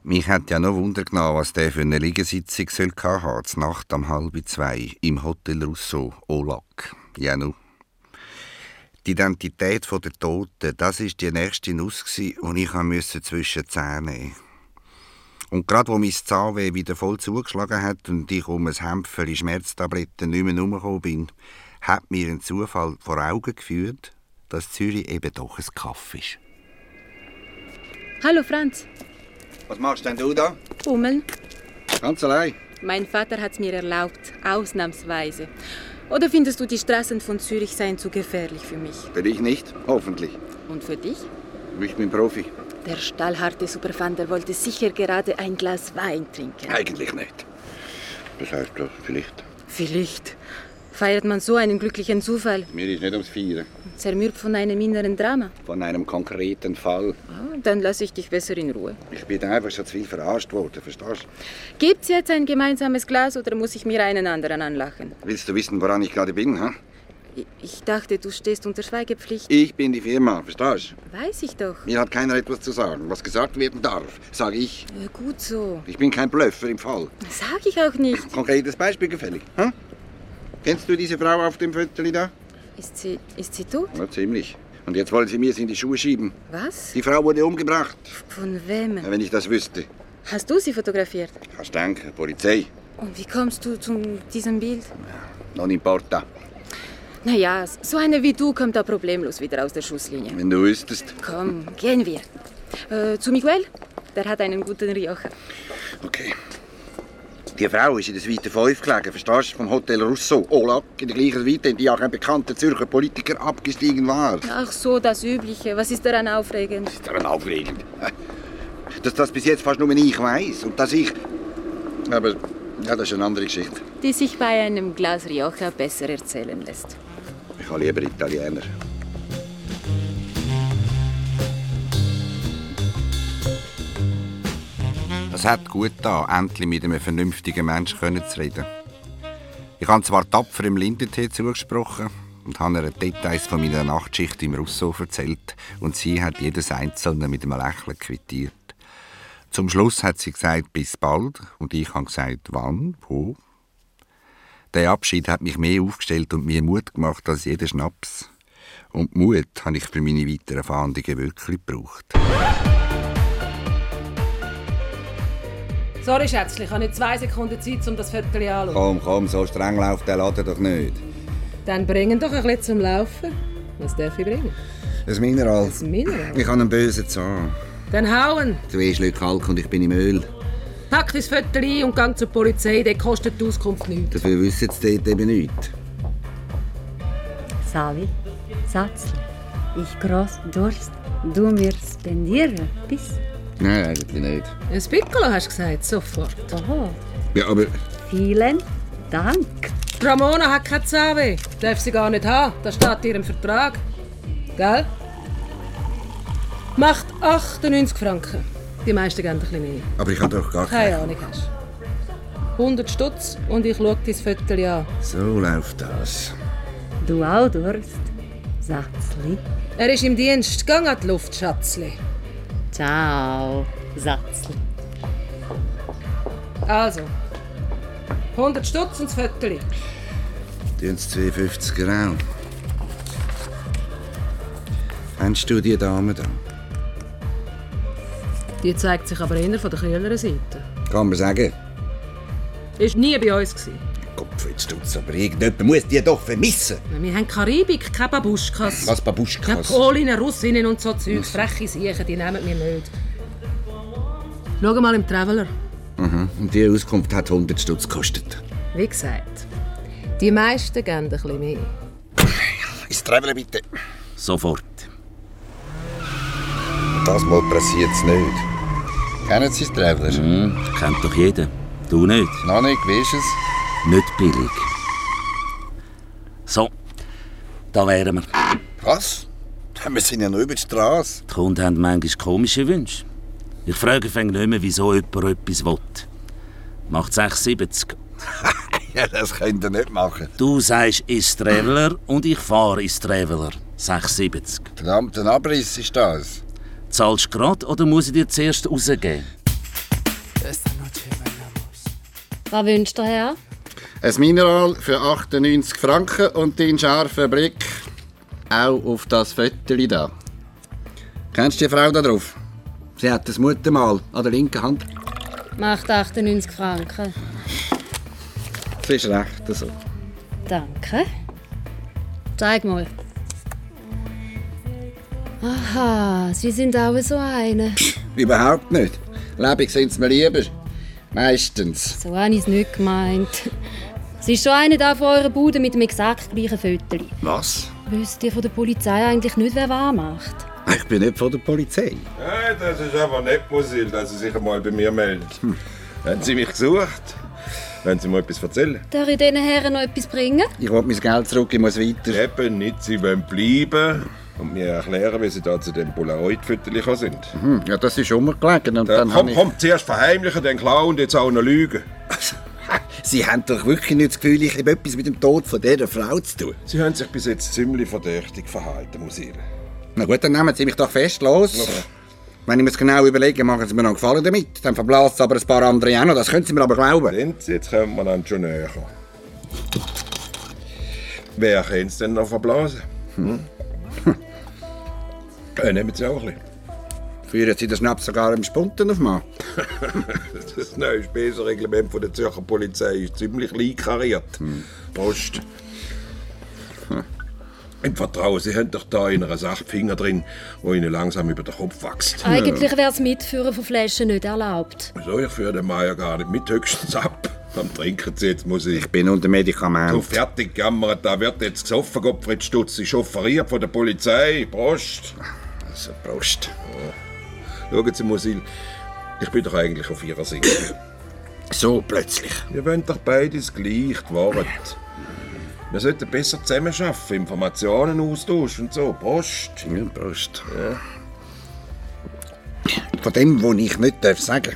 Mich hat ja noch Wunder genommen, was der für eine Liegensitzung soll gehabt haben, zur Nacht um halb zwei im Hotel Rousseau, Olac. Ja, nu. Die Identität von der Toten, das ist die nächste Nuss, gsi, die ich haben müssen zwischen die Zähne nehmen Und gerade wo mein Zahnweh wieder voll zugeschlagen hat und ich um ein Hämpferli Schmerztabletten nicht mehr herumgekommen bin, hat mir ein Zufall vor Augen geführt, dass Zürich eben doch ein Kaff ist.
Hallo Franz,
Was machst denn du da?
Hummeln.
Ganz allein?
Mein Vater hat's mir erlaubt, ausnahmsweise. Oder findest du, die Straßen von Zürich seien zu gefährlich für mich?
Für dich nicht, hoffentlich.
Und für dich?
Ich bin Profi.
Der stahlharte Superfander wollte sicher gerade ein Glas Wein trinken.
Eigentlich nicht. Das heißt doch, vielleicht.
Vielleicht feiert man so einen glücklichen Zufall,
Mir ist nicht ums Feiern.
zermürbt von einem inneren Drama.
Von einem konkreten Fall.
Ah, Dann lasse ich dich besser in Ruhe.
Ich bin einfach schon zu viel verarscht worden, verstehst
Gibt's jetzt ein gemeinsames Glas oder muss ich mir einen anderen anlachen?
du? Willst du wissen, woran ich gerade bin, ha?
Ich- Ich dachte, du stehst unter Schweigepflicht.
Ich bin die Firma, verstehst
Weiß ich doch.
du? Mir hat keiner etwas zu sagen. Was gesagt werden darf, sage ich.
Ja, Äh, gut so.
Ich bin kein Blöffer im Fall.
Sag ich auch nicht.
Konkretes Beispiel gefällig, ha? Kennst du diese Frau auf dem Viertel da?
Ist sie, ist sie tot?
Ja, ziemlich. Und jetzt wollen sie mir in die Schuhe schieben.
Was?
Die Frau wurde umgebracht.
Von wem?
Wenn ich das wüsste.
Hast du sie fotografiert?
Kannst denken, Polizei,
Und wie kommst du zu diesem Bild?
non importa.
Naja, so eine wie du kommt da problemlos wieder aus der Schusslinie.
Wenn du wüsstest.
Komm, gehen wir. Äh, zu Miguel? Der hat einen guten Rioja.
Okay. Die Frau ist in der Suite 5 gelegen, verstehst du? Vom Hotel Russo, Olac, in der gleichen Suite, in die auch ein bekannter Zürcher Politiker abgestiegen war.
Ach so, das Übliche. Was ist daran aufregend?
Ist daran aufregend. <laughs> Dass das bis jetzt fast nur ich weiß und dass ich... Aber ja, das ist eine andere Geschichte.
Die sich bei einem Glas Rioja besser erzählen lässt.
Ich habe lieber Italiener. Das hat gut da, endlich mit einem vernünftigen Menschen können zu reden. Ich habe zwar tapfer im Lindentee zugesprochen und habe ihr Details von meiner Nachtschicht im Russo erzählt und sie hat jedes Einzelne mit einem Lächeln quittiert. Zum Schluss hat sie gesagt, bis bald und ich habe gesagt, wann, wo. Der Abschied hat mich mehr aufgestellt und mir Mut gemacht als jeder Schnaps. Und Mut habe ich für meine weiteren Fahndungen wirklich gebraucht.
Sorry, Schätzchen, ich habe nicht zwei Sekunden Zeit, um das Viertel anzuschauen.
Komm, komm, so streng läuft der Laden doch nicht.
Dann bringen doch ein bisschen zum Laufen. Was darf ich bringen?
Das Mineral.
Das Mineral?
Ich habe einen bösen Zahn.
Dann hauen!
Zwei Schlücke Kalk und ich bin im Öl.
Pack dein Viertel ein und gang zur Polizei, der kostet die Auskunft nichts.
Dafür wissen sie dort eben nichts.
Sali, Satzli, ich groß Durst, du mir spendieren bis
Nein, eigentlich nicht.
Ein Piccolo hast du gesagt, sofort. Aha.
Ja, aber
Vielen Dank. Ramona hat keine Zahnweh. Darf sie gar nicht haben. Das steht in ihrem Vertrag. Gell? Macht 98 Franken. Die meisten geben ein bisschen mehr.
Aber ich habe doch gar
Keine
keine.
Ahnung hast. 100 Stutz und ich schaue dein Viertel an.
So läuft das.
Du auch, Durst? Satzli. Er ist im Dienst. Gang an die Luft, Schatzli.
Ciao, Satzli.
Also, 100 Stutz und das Viertel.
Tun sie 250 auch. Kennst du die Dame da?
Die zeigt sich aber eher von der kühleren Seite.
Kann man sagen.
Ist nie bei uns. Gewesen.
Kopf, jetzt tut's aber irgendjemand muss die doch vermissen.
Wir haben Karibik, keine Babuschkas.
Was
Keine
Babuschkas?
Polinnen, Russinnen und so Zeug.
Was?
Freche Siechen, die nehmen wir nicht. Schau mal im Traveler.
Mhm. Und die Auskunft hat 100 Stutz gekostet.
Wie gesagt, die meisten geben ein bisschen mehr.
Ist Traveler bitte.
Sofort.
Das mal passiert es nicht. Kennen Sie das Traveler?
Mhm, kennt doch jeder. Du nicht.
Noch nicht, wie ist es?
Nicht billig. So, da wären wir.
<laughs>
Was? Wir sind ja noch über die Straße.
Die Kunden haben manchmal komische Wünsche. Ich frage fängt nicht mehr, wieso jemand etwas will. Macht 6,70.
Ja, das könnt ihr nicht machen.
Du sagst ins Traveler und ich fahre ins Traveler. 6,70.
Verdammt, ein Abriss ist das.
Zahlst du gerade oder muss ich dir zuerst rausgeben?
Was wünscht der Herr?
Ein Mineral für 98 Franken und deinen scharfen Blick auch auf das Fötterli da.
Kennst du die Frau da drauf? Sie hat das Muttermal an der linken Hand.
Macht 98 Franken.
Sie ist recht, so.
Danke. Zeig mal. Aha, Sie sind auch so eine.
Überhaupt nicht. Lebig sind sie mir lieber. Meistens.
So habe ich es nicht gemeint. Es ist schon einer da von eurer Bude mit dem exakt gleichen Fötterli.
Was?
Wisst ihr von der Polizei eigentlich nicht, wer was macht?
Ich bin nicht von der Polizei.
Nein, das ist aber nicht Musil, dass Sie sich einmal bei mir melden. Hm. Haben Sie mich gesucht? Wollen Sie mir etwas erzählen?
Darf ich diesen Herren noch etwas bringen?
Ich will mein Geld zurück, ich muss weiter. Eben nicht, Sie wollen bleiben und mir erklären, wie Sie da zu dem Polaroid-Viertel gekommen sind.
Hm, ja, das ist umgelegen und dann
komm,
habe ich...
komm, zuerst verheimlichen, dann klauen und jetzt auch noch lügen.
Also,
Sie haben doch wirklich nicht das Gefühl, ich habe etwas mit dem Tod von dieser Frau zu tun.
Sie haben sich bis jetzt ziemlich verdächtig verhalten, Musil.
Na gut, dann nehmen Sie mich doch fest los. Wenn ich mir es genau überlege, machen Sie mir noch einen Gefallen damit. Dann verblasst Sie aber ein paar andere auch noch. Das können Sie mir aber glauben.
Jetzt kommt man dann schon näher. Wer kann es denn noch verblasen? Hm? Äh, nehmen Sie auch ein
Führen Sie den Schnaps sogar im Spunten auf Mann.
bisschen. <laughs> Das neue Spesenreglement von der Zürcher Polizei ist ziemlich leinkariert.
Hm.
Prost. Im Vertrauen, Sie haben doch da in einer Sache die Finger drin, wo Ihnen langsam über den Kopf wächst.
Eigentlich wäre das Mitführen von Flaschen nicht erlaubt.
Wieso? Ich führe den Meier gar nicht mit, höchstens ab. Dann trinken Sie jetzt, muss ich. Ich
bin unter Medikament.
Du fertig gejammert, da wird jetzt gesoffen, Gottfried Stutz. Ich offeriert von der Polizei. Prost.
Also, Prost.
Ja. Schauen Sie, Musil, ich bin doch eigentlich auf Ihrer Seite.
so plötzlich.
Wir wollen doch beides gleich, die Wahrheit. Wir sollten besser zusammenarbeiten, Informationen austauschen und so. Prost.
Ja, Prost. Von dem, was ich nicht darf sagen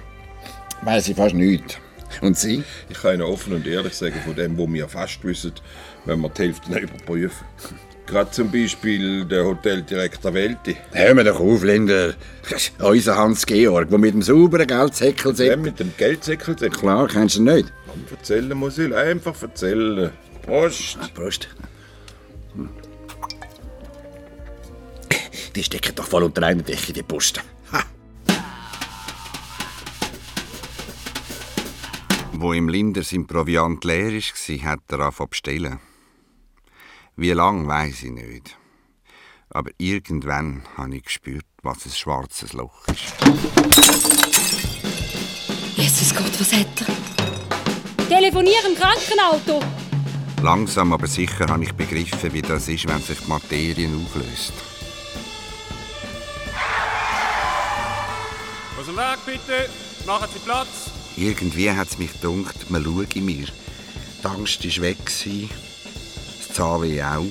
weiß ich fast nichts. Und Sie?
Ich kann Ihnen offen und ehrlich sagen, von dem, wo wir fast wissen, wenn wir die Hälfte nicht überprüfen. Gerade zum Beispiel der Hoteldirektor Welti.
Hör mir doch auf, Linder. Unser Hans-Georg, der mit dem sauberen Geldsäckel
Der mit dem Geldsäckel sagt,
Klar, kennst du ihn nicht.
erzählen muss ich, einfach erzählen. Prost.
Ah, Prost. Die stecken doch voll unter einer Decke, die Posten. Wo im Linder sein Proviant leer war, hat er angefangen zu bestellen. Wie lang weiß ich nicht. Aber irgendwann habe ich gespürt, was ein schwarzes Loch ist.
Jesus Gott, was hat er? Telefonieren im Krankenauto!
Langsam aber sicher habe ich begriffen, wie das ist, wenn sich die Materie auflöst.
Aus dem Weg bitte, machen Sie Platz.
Irgendwie hat es mich gedunkt, man schaue mir. Die Angst war weg. gewesen. Das Zahnweh auch.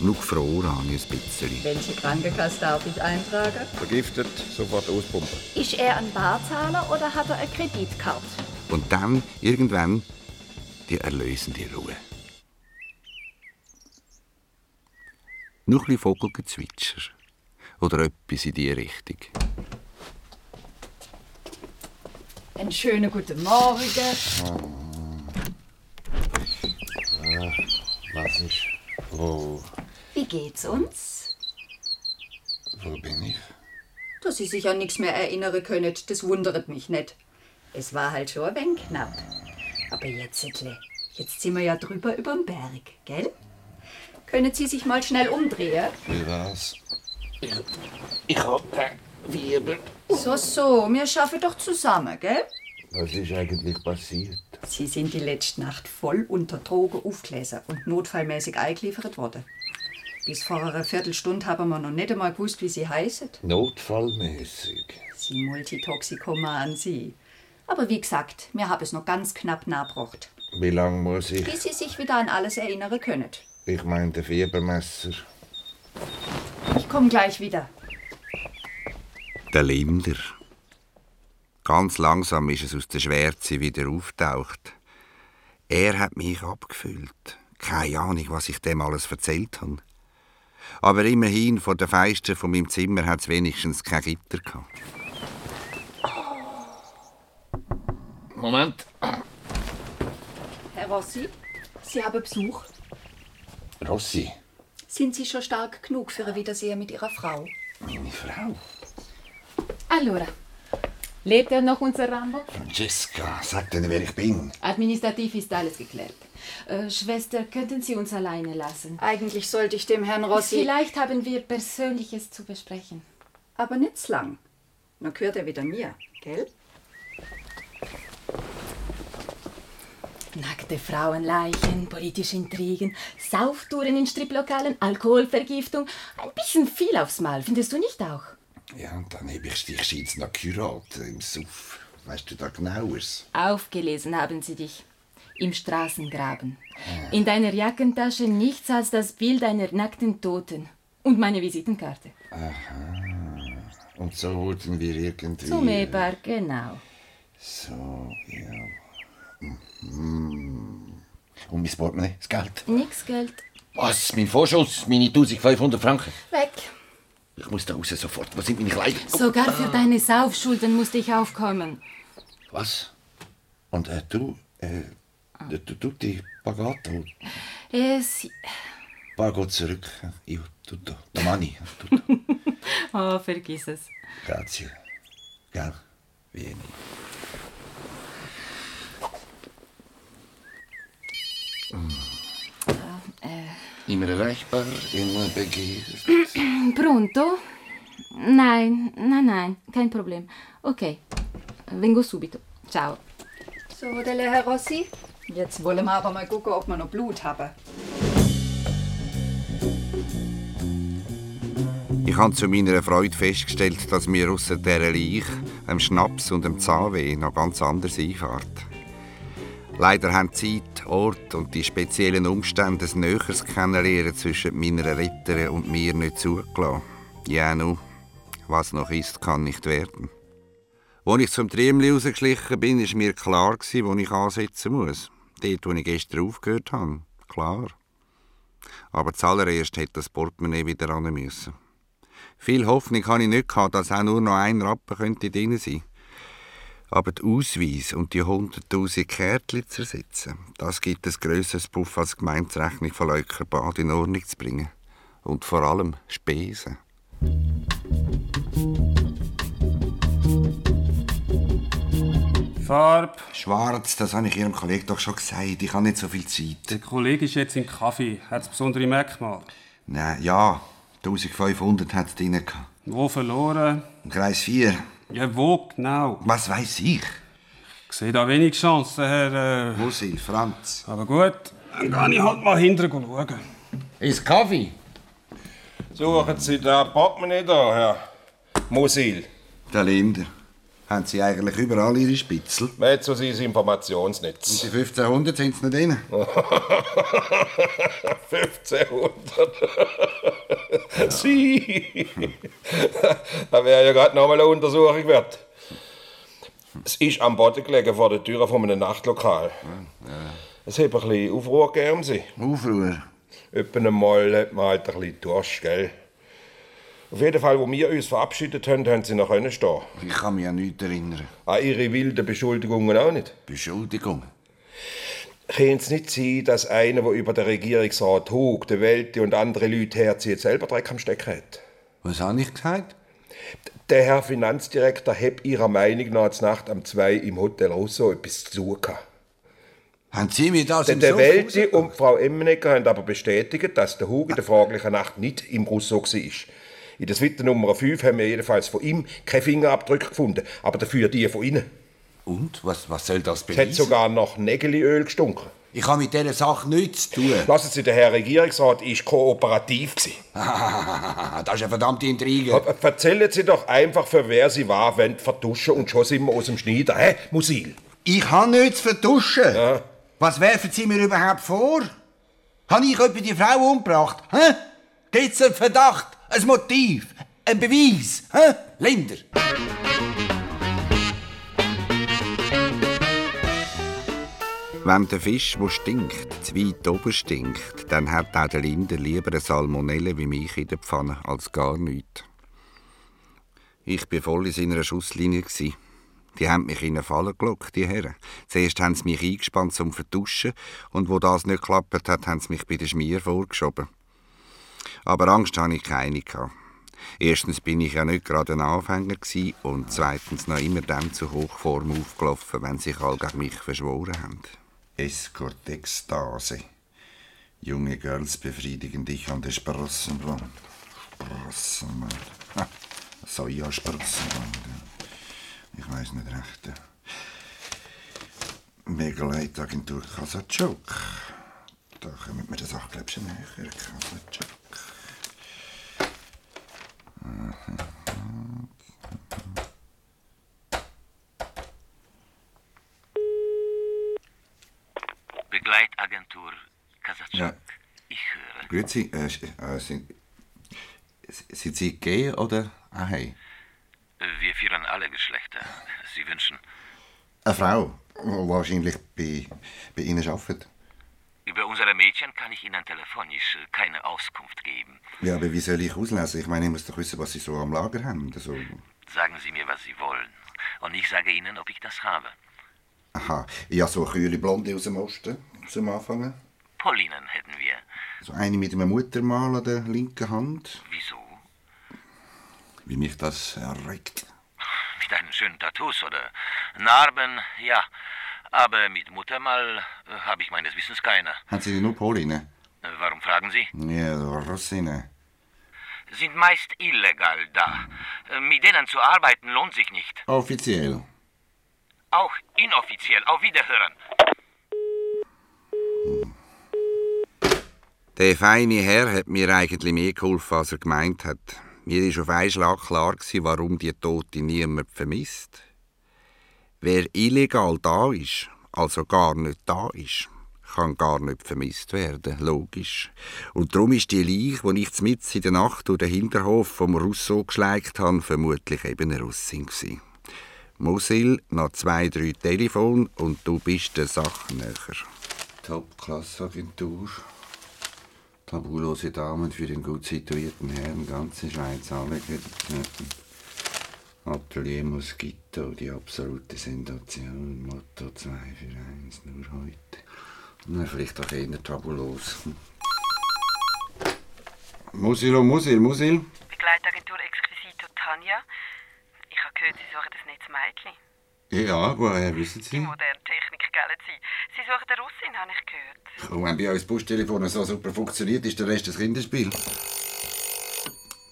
Nur gefroren habe ich ein bisschen.
Welche Krankenkasse darf ich eintragen?
Vergiftet, sofort auspumpen.
Ist er ein Barzahler oder hat er eine Kreditkarte?
Und dann, irgendwann, die erlösende Ruhe. Noch ein bisschen Vogelgezwitscher. Oder etwas in diese Richtung.
Einen schönen guten Morgen.
Ah, Was ist? Wo,
Wie geht's uns?
wo bin ich?
Dass Sie sich an nichts mehr erinnern können, das wundert mich nicht. Es war halt schon ein wenig knapp. Aber jetzt, Edle, jetzt sind wir ja drüber überm Berg, gell? Können Sie sich mal schnell umdrehen?
Wie was?
Ich,
Ich hab den Wirbel.
So, so, wir schaffen doch zusammen, gell?
Was ist eigentlich passiert?
Sie sind die letzte Nacht voll unter Drogen aufgelesen und notfallmäßig eingeliefert worden. Bis vor einer Viertelstunde haben wir noch nicht einmal gewusst, wie sie heißen.
Notfallmäßig.
Sie Multitoxikoman, sie. Aber wie gesagt, wir haben es noch ganz knapp nachgebracht.
Wie lange muss ich?
Bis sie sich wieder an alles erinnern können.
Ich meine, der Fiebermesser.
Ich komme gleich wieder.
Der Linder. Ganz langsam ist es aus der Schwärze wieder auftaucht. Er hat mich abgefüllt. Keine Ahnung, was ich dem alles erzählt habe. Aber immerhin, vor der Feister von meinem Zimmer hat es wenigstens kein Gitter gehabt.
Moment.
Herr Rossi, Sie haben Besuch.
Rossi.
Sind Sie schon stark genug für ein Wiedersehen mit Ihrer Frau?
Meine Frau.
Allora.
Lebt er noch, unser Rambo?
Francesca, sag denen, wer ich bin.
Administrativ ist alles geklärt. Äh, Schwester, könnten Sie uns alleine lassen?
Eigentlich sollte ich dem Herrn Rossi-
Vielleicht haben wir Persönliches zu besprechen.
Aber nicht zu lang. Dann gehört er wieder mir, gell?
Nackte Frauenleichen, politische Intrigen, Sauftouren in Striplokalen, Alkoholvergiftung. Ein bisschen viel aufs Mal, findest du nicht auch?
Ja, und dann habe ich dich scheit's noch geheiratet im Suff. Weißt du da genaueres?
Aufgelesen haben sie dich. Im Straßengraben. In deiner Jackentasche nichts als das Bild einer nackten Toten. Und meine Visitenkarte.
Aha. Und so wurden wir irgendwie...
Zum E-Bar, genau.
So, ja. Mhm. Und mein Portemonnaie, das Geld.
Nix Geld.
Was? Mein Vorschuss? Meine 1500 Franken?
Weg.
Ich muss da raus sofort. Wo sind meine Kleider?
Sogar für deine Saufschulden musste ich aufkommen.
Was? Und äh, du, äh, du, du, du, die Pagato,
Es.
Pago zurück. Io, tutto, domani.
Oh, vergiss es.
Grazie. Gell? Wenig. Immer erreichbar, immer begehrt.
<clears throat> Pronto? Nein, nein, nein, kein Problem. Okay. Vengo subito. Ciao.
So, delle Herr Rossi. Jetzt wollen wir aber mal gucken, ob wir noch Blut haben.
Ich habe zu meiner Freude festgestellt, dass mir außer dieser Leiche, dem Schnaps und dem Zahnweh noch ganz anders einfährt. Leider haben Zeit, Ort und die speziellen Umstände des Näheres kennenlernen zwischen meiner Retterin und mir nicht zugelassen. Ja, nu, was noch ist, kann nicht werden. Als ich zum Triemli rausgeschlichen bin, war mir klar, gewesen, wo ich ansetzen muss. Dort, wo ich gestern aufgehört habe. Klar. Aber zuallererst hätte das Portemonnaie wieder ran müssen. Viel Hoffnung hatte ich nicht, gehabt, dass auch nur noch ein Rappen könnte drin sein Aber die Ausweis und die 100.000 Kärtchen zu ersetzen, das gibt ein grösseres Puff als die Gemeinderechnung von Leukerbad in Ordnung zu bringen. Und vor allem Spesen.
Farbe.
Schwarz, das habe ich Ihrem Kollegen doch schon gesagt. Ich habe nicht so viel Zeit.
Der Kollege ist jetzt im Kaffee. Hat es besondere Merkmale?
Nein, ja, 1500 hat es drin. gehabt.
Wo verloren?
Im Kreis 4.
Ja, wo genau?
Was weiß ich?
Ich sehe da wenig Chancen, Herr. Äh...
Musil, Franz.
Aber gut, dann kann ich halt mal hinten schauen.
Ist Kaffee?
Suchen Sie den Portemonnaie da, Herr Musil.
Der Linder. Haben sie eigentlich überall ihre Spitzel?
Mehr zu sein Informationsnetz.
Und die 1500 sind sie nicht drin.
1500. Sie. da wäre ja gerade nochmal eine Untersuchung wert. Es ist am Boden gelegen vor der Tür von einem Nachtlokal. Es hat ein bisschen Aufruhr gegeben. Sie.
Aufruhr?
Etwa einmal hat man halt ein bisschen Durst, gell? Auf jeden Fall, wo wir uns verabschiedet haben, haben sie noch können stehen.
Ich kann mich an nichts erinnern.
An ihre wilden Beschuldigungen auch nicht.
Beschuldigungen?
Könnte es nicht sein, dass einer, der über den Regierungsrat hugt, der Welt und andere Leute herzieht, selber Dreck am Stecken hat?
Was habe ich gesagt?
Der Herr Finanzdirektor hat ihrer Meinung nach zur Nacht am 2 im Hotel Rosso etwas zu suchen. gehabt.
Haben Sie mir das
Denn
im
der
Suff
Welti und Frau Emmenegger haben aber bestätigt, dass der Hug in der fraglichen Nacht nicht im Rousseau war. In der Suite Nummer 5 haben wir jedenfalls von ihm keine Fingerabdrücke gefunden, aber dafür die von Ihnen.
Und? Was, was soll das
Es hat
beweisen?
sogar nach Nägeliöl gestunken.
Ich habe mit dieser Sache nichts zu tun.
Lassen Sie, der Herr Regierungsrat war
<laughs>
kooperativ.
das ist eine verdammte Intrige.
Erzählen Sie doch einfach, für wer Sie war, wenn Sie vertuschen und schon sind wir aus dem Schneider. Hä, Musil?
Ich habe nichts zu vertuschen. Was werfen Sie mir überhaupt vor? Habe ich etwa die Frau umgebracht? Hä? Gibt es einen Verdacht, ein Motiv, ein Beweis? Hä? Linder.
Wenn der Fisch, wo stinkt, zu weit oben stinkt, dann hat auch der Linder lieber eine Salmonelle wie mich in der Pfanne als gar nichts. Ich war voll in seiner Schusslinie. gsi. Die haben mich in eine Falle gelockt, die Herren. Zuerst haben sie mich eingespannt zum Vertuschen und wo das nicht geklappt hat, haben sie mich bei der Schmier vorgeschoben. Aber Angst hatte ich keine. gehabt. Erstens bin ich ja nicht gerade ein Anfänger gsi und zweitens noch immer dem zu Hochform aufgelaufen, wenn sich alle gegen mich verschworen haben.
Eskortextase. Junge Girls befriedigen dich an der Sprossenwand. Sprossenwand. Ah, Soja-Sprossenwand. Ich weiß nicht recht. Megaleitagentur Kasachok. Da kommen wir der Sache, glaube ich, schon näher. Kasachok. Eh,
Begleitagentur Kasachok.
Ja.
Ich höre.
Grüezi, äh, sch- äh, sind, s- sind Sie gay oder ah, hey?
Wir führen alle Geschlechter. Sie wünschen.
Eine Frau, die wahrscheinlich bei, bei Ihnen arbeitet.
Über unsere Mädchen kann ich Ihnen telefonisch äh, keine Auskunft geben.
Ja, aber wie soll ich auslesen? Ich meine, ich muss doch wissen, was Sie so am Lager haben. Also,
Sagen Sie mir, was Sie wollen. Und ich sage Ihnen, ob ich das habe.
aha, ja, so eine kühle Blonde aus dem Osten zum Anfangen.
Paulinen hätten wir.
So eine mit einem Muttermal an der linken Hand.
Wieso?
Wie mich das erregt.
Mit einem schönen Tattoos oder Narben, ja. Aber mit Muttermal äh, habe ich meines Wissens keine.
Haben Sie nur Polinen?
Äh, Warum fragen Sie?
Ja, Russinnen.
Sind meist illegal da. Äh, Mit denen zu arbeiten lohnt sich nicht.
Offiziell.
Auch inoffiziell. Auf Wiederhören.
Der feine Herr hat mir eigentlich mehr geholfen, als er gemeint hat. Mir ist auf einen Schlag klar gewesen, warum die Tote niemand vermisst. Wer illegal da ist, also gar nicht da ist, kann gar nicht vermisst werden, logisch. Und darum ist die Leiche, die ich mitten in der Nacht durch den Hinterhof vom Rousseau geschleicht habe, vermutlich eben eine Russin gewesen. Musil, noch zwei, drei Telefon und du bist der Sache näher.
Top-Klasse-Agentur. Tabulose Damen für den gut situierten Herrn, ganze Schweiz, alle Knöpfen. Atelier Mosquito, die absolute Sensation, Motto 2 für 1, nur heute. Na, vielleicht auch eher tabulos. <laughs> Musil, oh Musil, Musil.
Begleitagentur Exquisito Tanja. Ich habe gehört, Sie suchen das Netz Mädchen.
Ja, woher wissen Sie?
Moderne Technik, gell Sie? Sie suchen eine Russin, habe ich gehört.
Und wenn bei uns Buschtelefon so super funktioniert, ist der Rest ein Kinderspiel.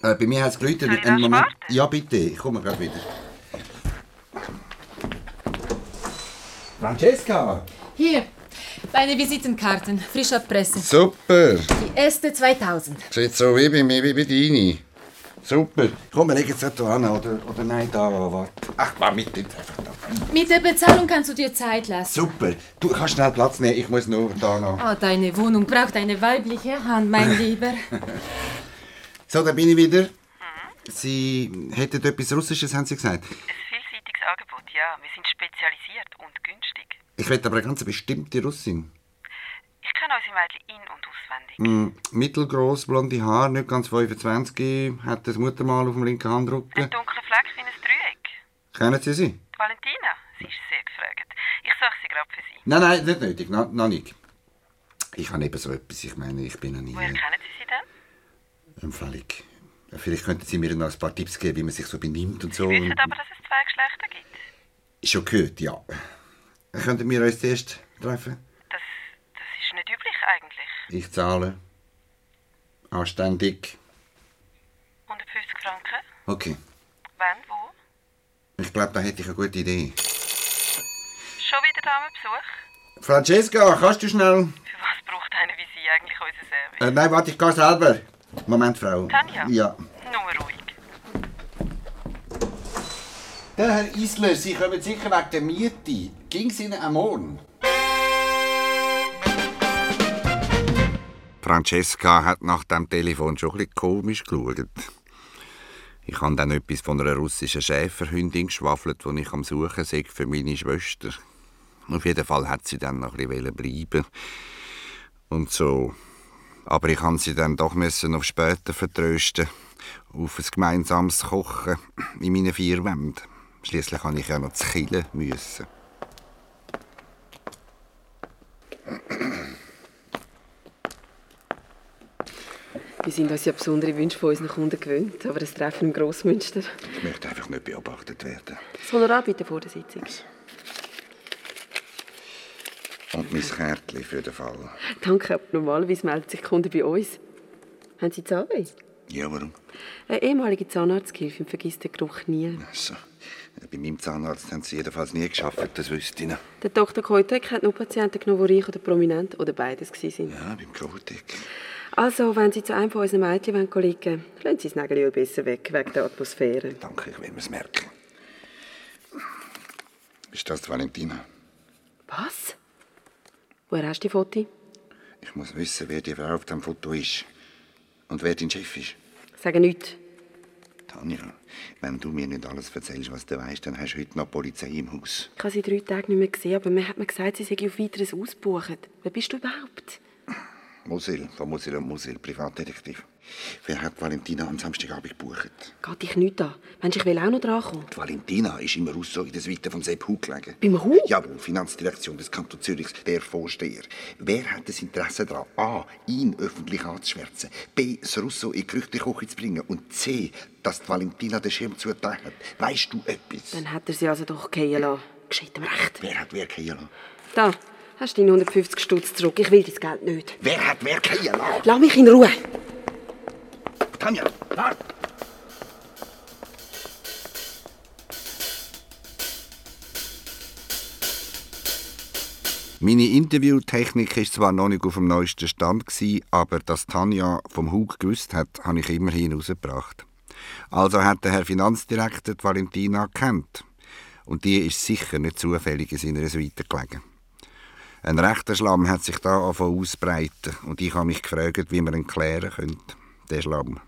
Äh, bei mir hat es geläutet. Einen Moment. Ja, bitte, ich komme gleich wieder. Francesca!
Hier, deine Visitenkarten, frisch erpressen.
Super!
Die erste 2000.
Sieht so wie bei mir, wie bei deine. Super. Komm, wir legen es dort an, oder, oder nein, da, warte. Ach, war mit dem.
Mit der Bezahlung kannst du dir Zeit lassen.
Super. Du kannst schnell Platz nehmen, ich muss nur da noch.
Ah, deine Wohnung braucht eine weibliche Hand, mein Lieber.
So, da bin ich wieder. Sie hätten etwas Russisches, haben Sie gesagt.
Vielseitiges Angebot, ja. Wir sind spezialisiert und günstig.
Ich will aber eine ganz bestimmte Russin.
Ich kenne unsere Mädchen in- und auswendig.
Mm, mittelgroß, blonde Haare, nicht ganz 25, hat das Muttermal auf dem linken Handrücken.
Ein dunkler Fleck wie ein Dreieck.
Kennen Sie sie?
Die Valentina, sie ist sehr gefragt. Ich suche sie gerade für Sie.
Nein, nein, nicht nötig, na, noch nicht. Ich habe eben so etwas, ich meine, ich bin noch nie
Woher kennen Sie sie denn?
empfällig. Vielleicht könnten Sie mir noch ein paar Tipps geben, wie man sich so benimmt und so.
Sie wissen aber, dass es zwei Geschlechter gibt.
Schon gehört, ja. Könnten wir uns zuerst treffen?
Das ist nicht üblich eigentlich.
Ich zahle. Anständig.
150 Franken.
Okay.
Wann, wo?
Ich glaube, da hätte ich eine gute Idee.
Schon wieder Damenbesuch?
Francesca, kannst du schnell?
Für was braucht einer wie Sie eigentlich unser Service?
Äh, nein, warte, ich gehe selber. Moment, Frau.
Tanja?
Ja.
Nur ruhig.
Der Herr Isler, Sie kommen sicher wegen der Miete. Ging es Ihnen am Morgen?
Francesca hat nach dem Telefon schon ein bisschen komisch geschaut. Ich habe dann etwas von einer russischen Schäferhündin geschwafelt, die ich am Suchen sei für meine Schwester. Auf jeden Fall hat sie dann noch ein bisschen bleiben und so. Aber ich musste sie dann doch müssen auf später vertrösten, auf ein gemeinsames Kochen in meinen vier Wänden. Schließlich musste ich ja noch zu killen. müssen.
Wir sind uns ja besondere Wünsche von unseren Kunden gewöhnt, aber das Treffen im Grossmünster.
Ich möchte einfach nicht beobachtet werden.
Das Honorar bitte vor der Sitzung.
Und mein Kärtchen für den Fall.
Danke, aber normalerweise melden sich die Kunden bei uns. Haben Sie Zahnweh?
Ja, warum?
Eine ehemalige Zahnarzthilfe vergisst den Geruch nie.
So. Bei meinem Zahnarzt haben sie jedenfalls nie geschafft, das wüsste ich noch.
Der Dr. Koitek hat nur Patienten genommen, die reich oder prominent oder beides waren.
Ja, beim Kotek.
Also, wenn Sie zu einem von unseren Mädchen wollen, liegen wollen, lassen Sie das Nägel besser weg, wegen der Atmosphäre.
Danke, ich will mir's merken. Ist das die Valentina?
Was? Woher hast du die Fotos?
Ich muss wissen, wer die Frau auf dem Foto ist. Und wer dein Chef ist.
Sagen nichts.
Tanja, wenn du mir nicht alles erzählst, was du weißt, dann hast du heute noch die Polizei im Haus.
Ich habe sie drei Tage nicht mehr gesehen, aber man hat mir gesagt, sie sei auf weiteres ausgebucht. Wer bist du überhaupt?
Musil, von Musil und Musil, Privatdetektiv. Wer hat Valentina am Samstagabend gebucht?
Geht dich nichts an. Mensch, ich will auch noch drankommen.
Die Valentina ist im Russo in der Suite von Sepp Hug gelegen.
Beim Hug?
Jawohl, Finanzdirektion des Kantons Zürich, der Vorsteher. Wer hat das Interesse daran, a. ihn öffentlich anzuschwärzen, b. das Russo in die Gerüchteküche zu bringen und c. dass die Valentina den Schirm zugetan hat? Weißt du etwas?
Dann hat er sie also doch gehen lassen. Gescheit ihm recht.
Wer hat wer gelassen?
Da, hast du deine 150 Stutz zurück. Ich will dein Geld nicht.
Wer hat wer gelassen?
Lass mich in Ruhe.
Tanja, warte!
Meine Interviewtechnik ist zwar noch nicht auf dem neuesten Stand gewesen, aber dass Tanja vom Hug gewusst hat, habe ich immerhin herausgebracht. Also hat der Herr Finanzdirektor die Valentina gekannt. Und die ist sicher nicht zufällig in seiner Suite gelegen. Ein rechter Schlamm hat sich da angefangen ausbreiten und ich habe mich gefragt, wie man ihn klären könnte, den Schlamm.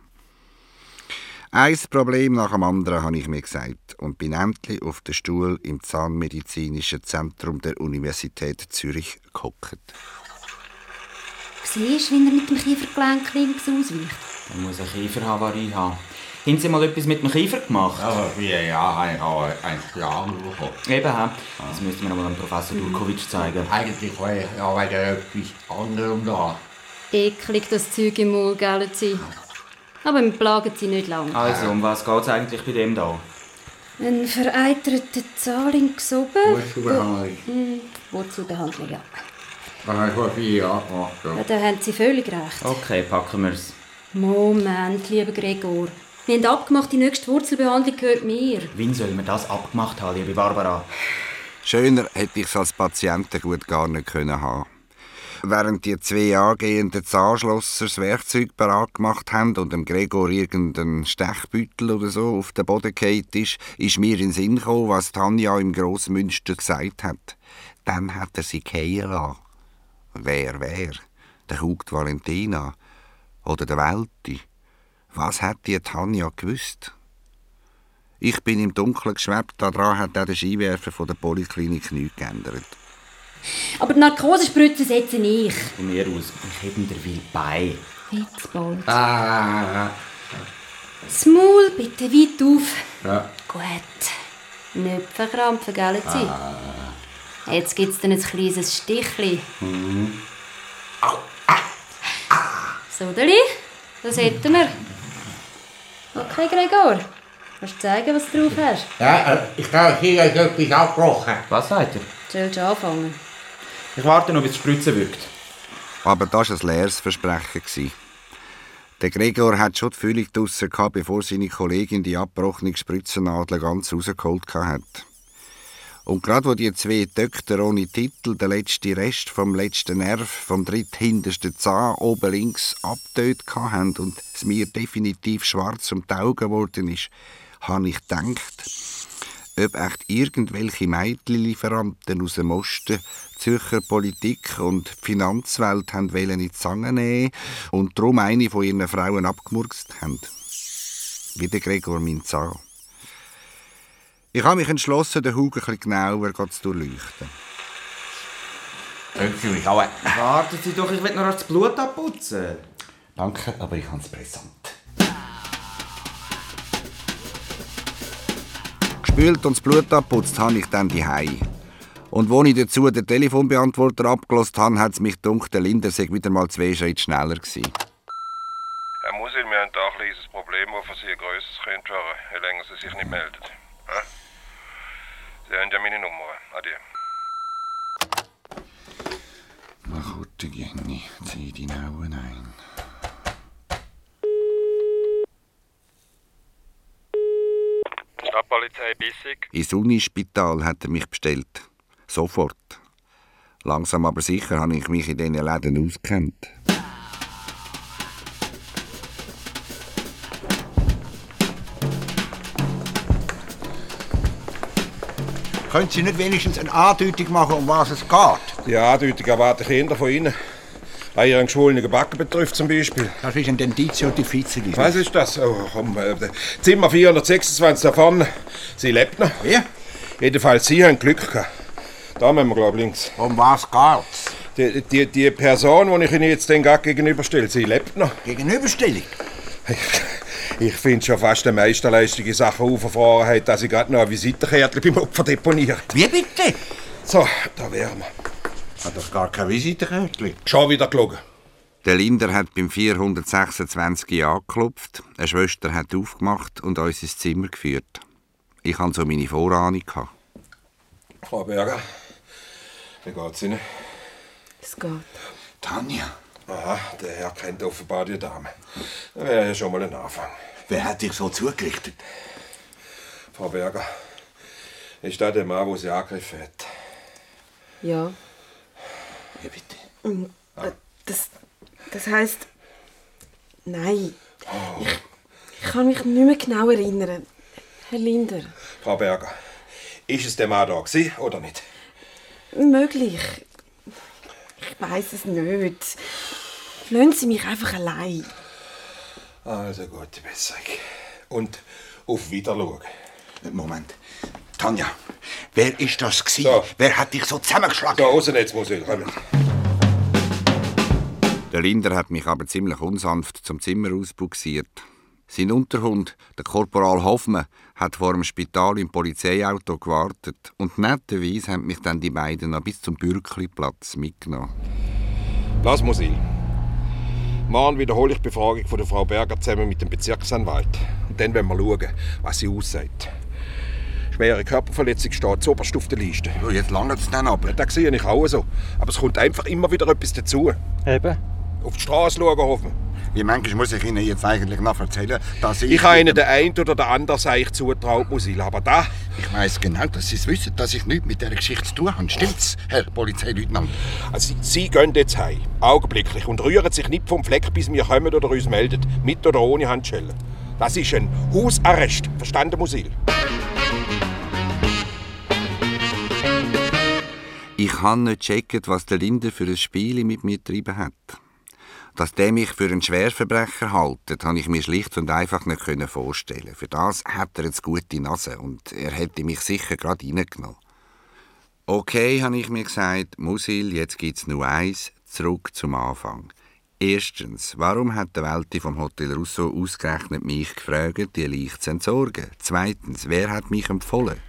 Ein Problem nach dem anderen habe ich mir gesagt und bin endlich auf den Stuhl im Zahnmedizinischen Zentrum der Universität Zürich gehockt.
Siehst du, wie er mit dem Kiefergelenk links ausweicht?
Er muss eine Kieferhavarie haben. Haben Sie mal etwas mit dem Kiefer gemacht?
Aber ja, ja, ich habe einen Plan bekommen. Mhm.
Eben, hä? das müsste man mal dem Professor Durkovic zeigen.
Eigentlich war ich ja wegen etwas anderem da.
Eklig, das Zeug im Maul, gell? Sie. Aber wir plagen sie nicht lange.
Also, um was geht es eigentlich bei dem da?
Ein vereiterter Zahling oben.
Wurzelbehandlung.
Hm, Wurzelbehandlung, ja.
Dann habe ich vier Jahre gemacht.
ja. Da haben Sie völlig recht.
Okay, packen wir's.
Moment, lieber Gregor. Wir haben abgemacht, die nächste Wurzelbehandlung gehört mir.
Wann soll man das abgemacht haben, liebe Barbara?
Schöner hätte ich es als Patienten gut gar nicht können haben. während die zwei angehenden Zahnschlosser das Werkzeug parat gemacht haben und dem Gregor irgendein Stechbüttel oder so auf den Boden gefallen ist, ist mir in den Sinn gekommen, was Tanja im Grossmünster gesagt hat. Dann hat er sie fallen lassen. Wer, wer? Der Hugt Valentina oder der Welti? Was hat die Tanja gewusst? Ich bin im Dunkeln geschwebt, daran hat auch der Skiwerfer von der Poliklinik nichts geändert.
Aber die Narkosespritze setze ich.
Von mir aus, ich hebe dir will bei.
Jetzt bald.
Äh,
Ah,
Das Maul bitte weit auf.
ja.
Gut. Nicht verkrampfen, gell? Ah.
Ah.
Jetzt gibt es dann ein kleines Stichli.
Mhm.
So, Deli, das
e,
hätten wir. Okay, Gregor. Kannst du zeigen, was du drauf hast?
er.
Ja, äh, ich glaube, hier ist etwas abgebrochen.
Was sagt er?
Sollst du anfangen?
Ich warte noch, bis die Spritze wirkt.
Aber das war ein leeres Versprechen. gewesen. Der Gregor hat schon die Füllung draussen gehabt, bevor seine Kollegin die abgebrochene Spritzennadel ganz rausgeholt hat. Und gerade wo die zwei Töchter ohne Titel den letzten Rest vom letzten Nerv vom dritthintersten Zahn oben links abgetötet haben und es mir definitiv schwarz um die Augen geworden ist, habe ich gedacht, ob echt irgendwelche Mädchenlieferanten aus dem Osten die Zürcher Politik und die Finanzwelt haben wollen in die Zange nehmen und darum eine von ihren Frauen abgemurkst haben. Wie der Gregor mein Zahn. Ich habe mich entschlossen, den Hug ein bisschen genauer zu durchleuchten.
Drücken mich auch. Warten Sie doch, ich will noch das Blut abputzen.
Danke, aber ich habe es brisant.
Gespült und das Blut abputzt habe ich dann die Und wo ich dazu den Telefonbeantworter abgelost habe, hat es mich gedacht, der Linder sei wieder mal zwei Schritte schneller gewesen.
Herr Musil, wir haben da ein kleines Problem, das für Sie ein grösseres könnte hören, je länger Sie sich nicht melden. Hä? Sie haben ja meine Nummer. Adieu.
Mach gut, Jenny. Zieh die Nauen ein.
Stadtpolizei Bissig.
Ins Unispital hat er mich bestellt. Sofort. Langsam aber sicher habe ich mich in diesen Läden ausgekannt.
Können Sie nicht wenigstens eine Andeutung machen, um was es geht?
Die Andeutung erwarte ich eher von Ihnen. Auch Ihren geschwollenen Backen betrifft zum Beispiel.
Das ist ein Dendizio difficile.
Was ist das? Oh, komm, äh, Zimmer 426 da vorne. Sie lebt noch. Ja? Jedenfalls, Sie haben Glück gehabt. Da müssen wir, glaube ich, links.
Um was geht's?
Die, die, die Person, die ich Ihnen jetzt den Gag gegenüberstelle, sie lebt noch.
Gegenüberstellung?
Ich, ich finde schon fast eine Meisterleistung in Sachen Uferfahrenheit, dass ich gerade noch ein Visitenkärtchen beim Opfer deponiert.
Wie bitte?
So, da wären wir.
Hat doch gar keine Visitenkärtchen.
Schon wieder gelogen.
Der Linder hat beim 426 angeklopft, eine Schwester hat aufgemacht und uns ins Zimmer geführt. Ich hatte so meine Vorahnung. gehabt.
Frau Berger, wie geht's Ihnen?
Es geht.
Tanja. Aha, der Herr kennt offenbar die Dame. Das wäre ja schon mal ein Anfang.
Wer hat dich so zugerichtet?
Frau Berger, ist das der Mann, wo Sie angegriffen hat?
Ja.
Wie bitte?
Mm, äh, Das, das heißt, nein, ich kann mich nicht mehr genau erinnern. Herr Linder,
Frau Berger, ist es der Mann da gewesen, oder nicht?
möglich. Ich weiß es nicht. Lassen Sie mich einfach allein.
Also gute Besserung. Und auf Wiedersehen.
Moment. Tanja, wer ist das gewesen? Wer hat dich so zusammengeschlagen?
Da raus jetzt, Musil.
Der Linder hat mich aber ziemlich unsanft zum Zimmer ausbuxiert. Sein Unterhund, der Korporal Hoffmann, hat vor dem Spital im Polizeiauto gewartet und netterweise haben mich dann die beiden noch bis zum Bürkliplatz mitgenommen.
Lass mal sein. Morgen wiederhole ich die Befragung von der Frau Berger zusammen mit dem Bezirksanwalt. Und dann werden wir schauen, was sie aussagt. Schwere Körperverletzung steht zuoberst auf der Liste.
jetzt lange es dann aber.
Ja, das sehe ich auch so. Aber es kommt einfach immer wieder etwas dazu.
Eben.
Auf die Straße schauen, hoffen
Wie manchmal muss ich Ihnen jetzt eigentlich noch erzählen, dass ich...
Ich habe Ihnen den einen oder den anderen Seich zutraut, Musil. Aber da,
Ich weiß genau, dass Sie es wissen, dass ich nichts mit dieser Geschichte zu tun habe. Stimmt's, Herr Polizeileutnant?
Also, Sie gehen jetzt heim, augenblicklich, und rühren sich nicht vom Fleck, bis wir kommen oder uns melden, mit oder ohne Handschellen. Das ist ein Hausarrest, verstanden, Musil?
Ich habe nicht gecheckt, was der Linder für ein Spiel mit mir getrieben hat. Dass der mich für einen Schwerverbrecher haltet, habe ich mir schlicht und einfach nicht können vorstellen. Für das hat er jetzt gute Nase und er hätte mich sicher gerade reingenommen. Okay, habe ich mir gesagt, Musil, jetzt gibt's nur eins, zurück zum Anfang. Erstens, warum hat der Welti vom Hotel Russo ausgerechnet mich gefragt, die Leiche zu entsorgen? Zweitens, wer hat mich empfohlen?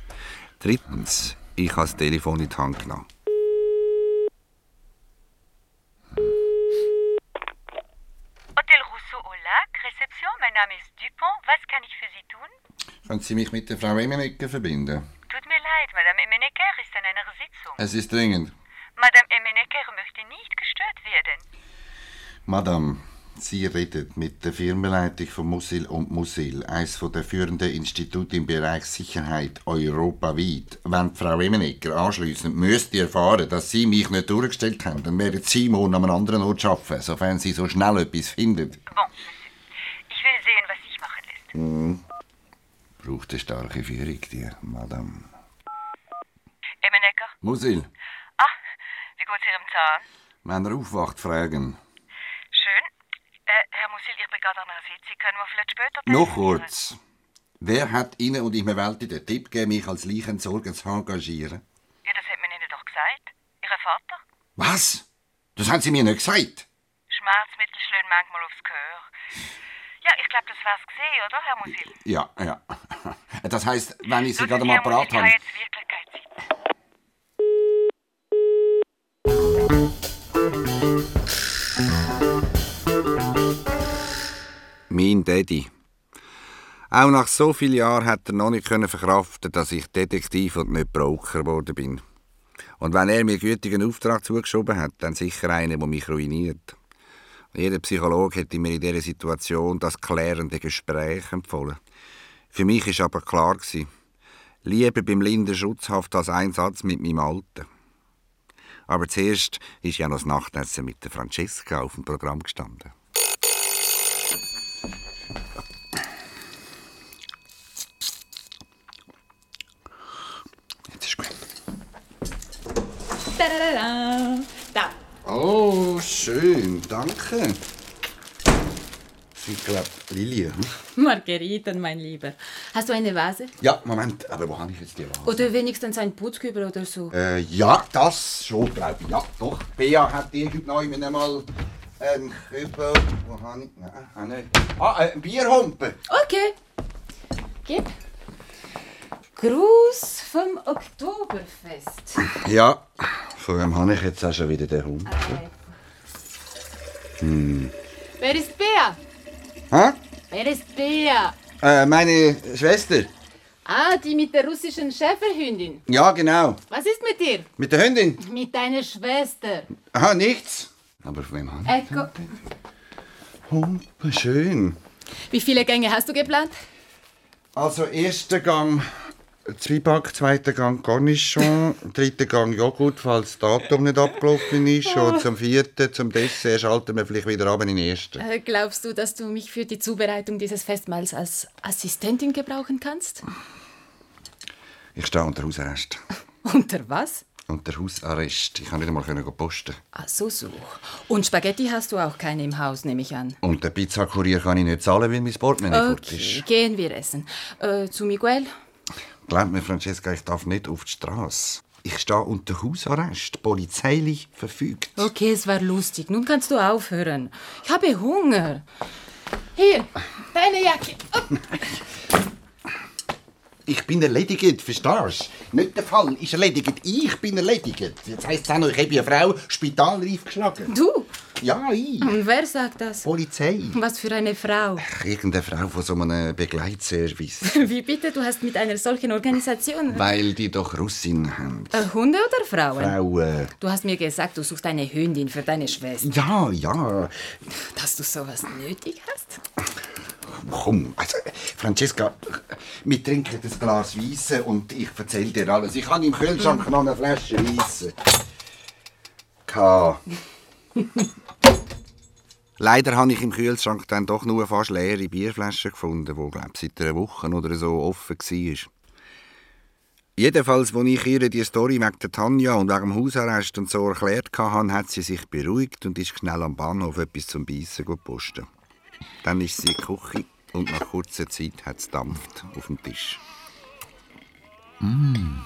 Drittens, ich habe das Telefon in die Hand genommen.
Hotel Rousseau au Lac, Rezeption, mein Name ist Dupont. Was kann ich für Sie tun?
Können Sie mich mit der Frau Emenecke verbinden?
Tut mir leid, Madame Emenecker ist an einer Sitzung.
Es ist dringend.
Madame Emenecker möchte nicht gestört werden.
Madame, Sie redet mit der Firmenleitung von Musil und Musil, eines der führenden Institute im Bereich Sicherheit europaweit. Wenn die Frau Emenecker anschliessend müsste erfahren, dass Sie mich nicht durchgestellt haben, dann werden Sie morgen an einem anderen Ort arbeiten, sofern Sie so schnell etwas findet.
Ich will sehen, was sich machen lässt.
Hm. Braucht eine starke Führung, die Madame.
Emenecker,
Musil,
Ah, wie geht's Ihrem Zahn?
wenn er aufwacht, fragen.
Schön. Äh, Herr Musil, ich bin gerade an einer Sitzung. Können wir vielleicht später...
Noch kurz. Wer hat Ihnen und ich mir Welt den Tipp gegeben, mich als Leichensorger zu engagieren?
Ja, das hat man Ihnen doch gesagt. Ihr Vater?
Was? Das haben Sie mir nicht gesagt.
Schmerzmittel schlagen manchmal aufs Gehör. Ja, ich glaube, das war's gesehen, oder, Herr Musil?
Ja, ja. <laughs> Das heißt, wenn ich Sie
Tut
gerade
mir,
mal
Herr Musil,
parat
Ich habe
habe.
jetzt wirklich keine Zeit.
Mein Daddy. Auch nach so vielen Jahren hat er noch nicht können verkraften, dass ich Detektiv und nicht Broker geworden bin. Und wenn er mir gütigen Auftrag zugeschoben hat, dann sicher einen, der mich ruiniert. Jeder Psychologe hätte mir in dieser Situation das klärende Gespräch empfohlen. Für mich ist aber klar gewesen, lieber beim Linder schutzhaft als Einsatz mit meinem Alten. Aber zuerst ist ja noch das Nachtessen mit der Francesca auf dem Programm gestanden.
Tadadada. Da.
Oh, schön, danke. Sind, glaube Lilien. Hm?
Margeriten, mein Lieber. Hast du eine Vase?
Ja, Moment, aber wo habe ich jetzt die Wahl?
Oder wenigstens ein Putzkübel oder so?
Äh, ja, das schon, glaube ich. Ja, doch. Bea hat irgendwann einmal einen ähm, Kübel. Wo habe ich? Nein, auch nicht. Ah, äh, ein Bierhumpen.
Okay. Gib. Gruß vom Oktoberfest.
Ja, von wem habe ich jetzt auch schon wieder den Humpen? Hm.
Wer ist Bea?
Hä?
Wer ist Bea?
Äh, meine Schwester.
Ah, die mit der russischen Schäferhündin.
Ja, genau.
Was ist mit dir?
Mit der Hündin?
Mit deiner Schwester.
Aha, nichts. Aber von wem habe
Echo.
ich? Humpen, schön.
Wie viele Gänge hast du geplant?
Also, erster Gang Zwieback, zweiter Gang Cornichon, dritter Gang Joghurt, falls das Datum nicht abgelaufen <laughs> ist. Und zum vierten, zum Dessert, schalten wir vielleicht wieder ab in den ersten.
Äh, glaubst du, dass du mich für die Zubereitung dieses Festmahls als Assistentin gebrauchen kannst?
Ich stehe unter Hausarrest.
Unter was?
Unter Hausarrest. Ich kann nicht einmal können gehen posten.
Ach so, so. Und Spaghetti hast du auch keine im Haus, nehme ich an.
Und den Pizzakurier kann ich nicht zahlen, weil mein Portemonnaie fort
Okay,
ist.
gehen wir essen. Äh, zu Miguel?
Glaub mir, Francesca, ich darf nicht auf die Straße. Ich stehe unter Hausarrest. Polizeilich verfügt.
Okay, es war lustig. Nun kannst du aufhören. Ich habe Hunger. Hier, deine Jacke.
Ich bin erledigt, verstehst du? Nicht der Fall ist erledigt. Ich bin erledigt. Jetzt heisst es auch noch, ich habe eine Frau spitalreif geschlagen.
Du?
Ja, ich.
Und wer sagt das?
Polizei.
Was für eine Frau. <laughs>
Irgendeine Frau von so einem Begleitservice.
Wie bitte, du hast mit einer solchen Organisation...
Weil die doch Russin haben. äh,
Äh, Hunde oder Frauen?
Frauen.
Du hast mir gesagt, du suchst eine Hündin für deine Schwester.
Ja, ja.
Dass du sowas nötig hast?
Komm, also, Francesca, Wir trinken ein Glas Weisse und ich erzähle dir alles. Ich habe im Kühlschrank noch eine Flasche Weisse. K.
Leider habe ich im Kühlschrank dann doch nur fast leere Bierflaschen gefunden, die glaub, seit einer Woche oder so offen war. Jedenfalls, als ich ihr die Story wegen der Tanja und wegen dem Hausarrest und so erklärt hatte, hat sie sich beruhigt und ist schnell am Bahnhof etwas zum Beißen gepostet. Dann ist sie in die Küche und nach kurzer Zeit hat es dampft auf dem Tisch.
Mmh.
Mm,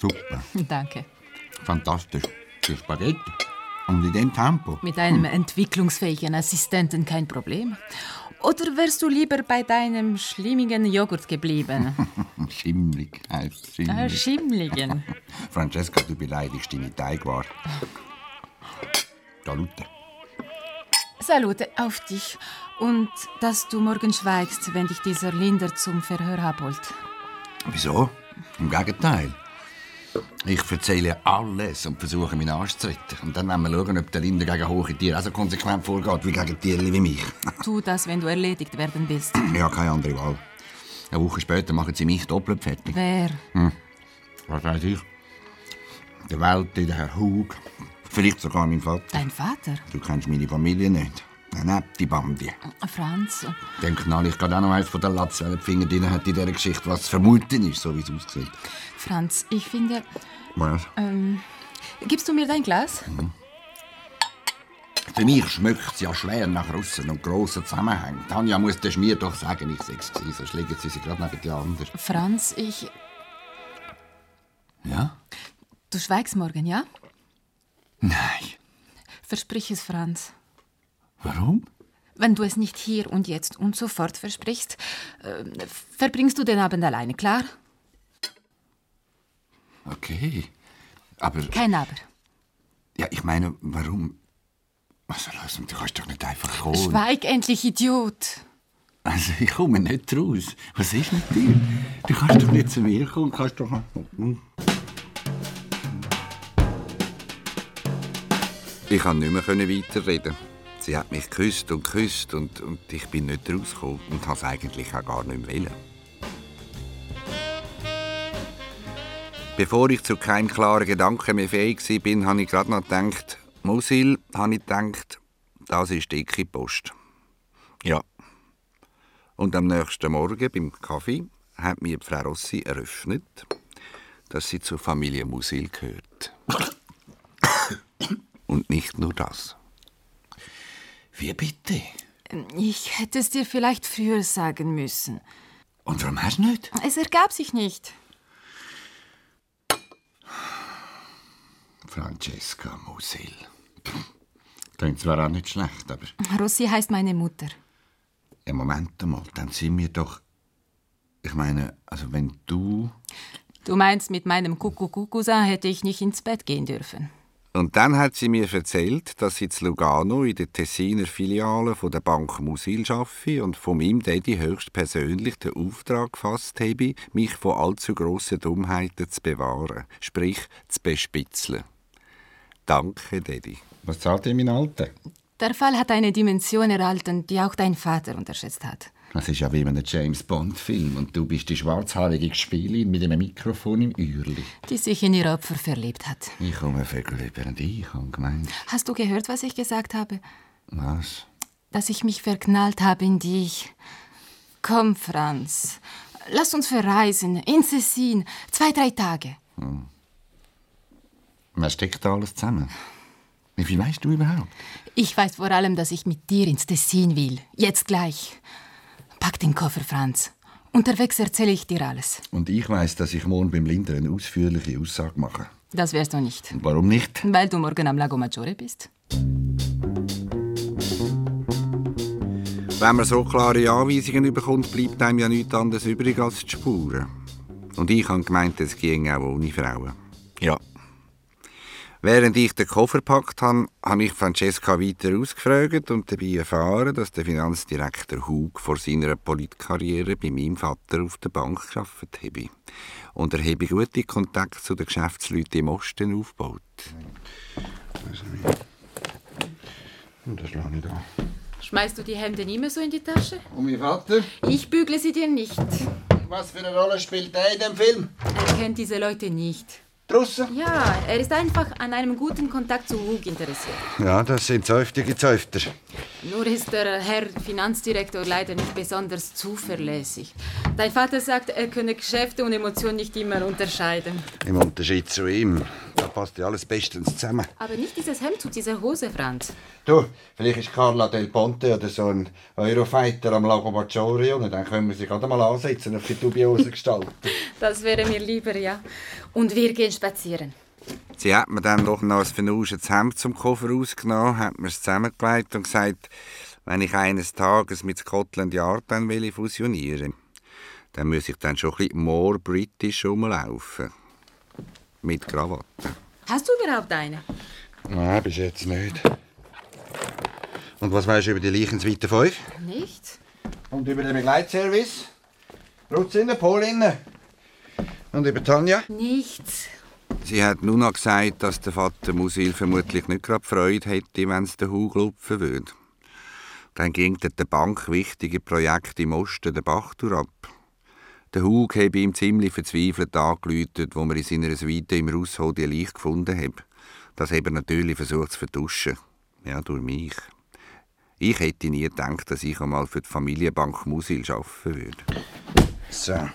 super.
Danke.
Fantastisch. Die Spaghetti. Und in dem Tempo.
Mit einem entwicklungsfähigen Assistenten kein Problem. Oder wärst du lieber bei deinem schlimmigen Joghurt geblieben?
<laughs> Schimmlig heißt
Äh,
schimmlig.
Schimmligen.
Francesca, du beleidigst deine Teigware. Da Lute.
Salute auf dich und dass du morgen schweigst, wenn dich dieser Linder zum Verhör abholt.
Wieso? Im Gegenteil. Ich erzähle alles und versuche, meinen Arsch zu retten. Und dann werden wir schauen, ob der Linder gegen hohe Tiere auch so konsequent vorgeht wie gegen Tiere wie mich.
Tu das, wenn du erledigt werden willst.
Ja, keine andere Wahl. Eine Woche später machen sie mich doppelt fertig.
Wer?
Hm. Was weiß ich? Der Welt, der Herr Hug. Vielleicht sogar mein Vater.
Dein Vater?
Du kennst meine Familie nicht. Dann die Bandi.
Franz?
Dann knall ich gerade auch noch eins von der Latz, weil er die Finger drin hat in dieser Geschichte, was zu vermuten ist, so wie es aussieht.
Franz, ich finde.
Was?
Ähm, gibst du mir dein Glas?
Für mich schmeckt es ja schwer nach Russen und grossen Zusammenhängen. Tanja muss das mir doch sagen, ich sechs gewesen, sonst liegen sie sich gerade neben die anderen.
Franz, ich.
Ja?
Du schweigst morgen, ja?
Nein.
Versprich es, Franz.
Warum?
Wenn du es nicht hier und jetzt und sofort versprichst, äh, verbringst du den Abend alleine, klar?
Okay. Aber,
Kein Aber.
ja, ich meine, warum? Also, lass mich, du kannst doch nicht einfach kommen.
Schweig endlich, Idiot!
Also, ich komme nicht raus. Was ist mit dir? Du kannst doch nicht zu mir kommen, kannst doch... Hm.
Ich konnte nicht mehr können weiterreden. Sie hat mich geküsst und geküsst und, und ich bin nicht rausgekommen und habe es eigentlich auch gar nicht mehr wollen.
Bevor ich zu keinem klaren Gedanken mehr fähig war, bin, habe ich gerade noch gedacht, Musil, habe ich gedacht, das ist dicke Post. Ja. Und am nächsten Morgen beim Kaffee hat mir die Frau Rossi eröffnet, dass sie zur Familie Musil gehört. Und nicht nur das. Wie bitte?
Ich hätte es dir vielleicht früher sagen müssen.
Und warum hast du nicht?
Es ergab sich nicht.
Francesca Musil. Klingt zwar auch nicht schlecht, aber...
Rossi heißt meine Mutter.
Im Moment einmal, dann sind wir doch. Ich meine, also wenn du.
Du meinst, mit meinem Kuckuckuckusa hätte ich nicht ins Bett gehen dürfen.
Und dann hat sie mir erzählt, dass sie zu Lugano in der Tessiner Filiale von der Bank Musil arbeite und von meinem Daddy höchstpersönlich den Auftrag gefasst habe, mich von allzu grossen Dummheiten zu bewahren, sprich zu bespitzeln. Danke, Daddy.
Was zahlt ihr mein Alter?
Der Fall hat eine Dimension erhalten, die auch dein Vater unterschätzt hat.
Das ist ja wie in einem James Bond-Film und du bist die schwarzhaarige Gespielin mit einem Mikrofon im Ürli.
Die sich in ihr Opfer verliebt hat.
Ich komme Vögel über und ich habe gemeint.
Hast du gehört, was ich gesagt habe?
Was?
Dass ich mich verknallt habe in dich. Komm, Franz. Lass uns verreisen. In Cessin. Zwei, drei Tage.
Hm. Was steckt da alles zusammen? Wie viel weißt du überhaupt?
Ich weiß vor allem, dass ich mit dir ins Tessin will. Jetzt gleich. Pack den Koffer, Franz. Unterwegs erzähle ich dir alles.
Und ich weiß, dass ich morgen beim Linder eine ausführliche Aussage mache.
Das wärst du nicht.
Und warum nicht?
Weil du morgen am Lago Maggiore bist.
Wenn man so klare Anweisungen bekommt, bleibt einem ja nichts anderes übrig als die Spuren.
Und ich habe gemeint, es ging auch ohne Frauen. Ja. Während ich den Koffer gepackt habe, habe ich Francesca weiter ausgefragt und dabei erfahren, dass der Finanzdirektor Hug vor seiner Politkarriere bei meinem Vater auf der Bank gearbeitet habe. Und er habe gute Kontakte zu den Geschäftsleuten im Osten aufgebaut.
Hm. Das lasse ich da.
Schmeißt du die Hemden immer so in die Tasche?
Und mein Vater?
Ich bügle sie dir nicht.
Was für eine Rolle spielt er in dem Film?
Er kennt diese Leute nicht.
Russe?
Ja, er ist einfach an einem guten Kontakt zu Hug interessiert.
Ja, das sind zäuftige Zäufter.
Nur ist der Herr Finanzdirektor leider nicht besonders zuverlässig. Dein Vater sagt, er könne Geschäfte und Emotionen nicht immer unterscheiden.
Im Unterschied zu ihm. Da passt ja alles bestens zusammen.
Aber nicht dieses Hemd zu dieser Hose, Franz.
Du, vielleicht ist Carla Del Ponte oder so ein Eurofighter am Lago Maggiore und dann können wir sie gerade mal ansetzen auf die dubiose Gestalt.
Das wäre mir lieber, ja. Und wir gehen spazieren.
<laughs> Sie hat mir dann doch noch ein vernuschtes Hemd zum Koffer ausgenommen, hat mir es zusammengelegt und gesagt, wenn ich eines Tages mit Scotland Yard dann will ich fusionieren, dann muss ich dann schon ein bisschen more britisch rumlaufen. Mit Krawatte.
Hast du überhaupt eine?
Nein, bis jetzt nicht. Und was weißt du über die Leichensweite 5?
Nicht?
Und über den Begleitservice? Rutzinnen, Polinnen.
Und über Tanja?
Nichts.
Sie hat nun noch gesagt, dass der Vater Musil vermutlich nicht gerade Freude hätte, wenn es den Hug lupfen würde. Dann ging der Bank wichtige Projekte im Osten den Bach durch ab. Der Hug habe ihm ziemlich verzweifelt angeläutet, wo man in seiner Suite im Russhof die Leiche gefunden hat. Das habe er natürlich versucht zu vertuschen. Ja, durch mich. Ich hätte nie gedacht, dass ich einmal für die Familienbank Musil arbeiten würde.
So,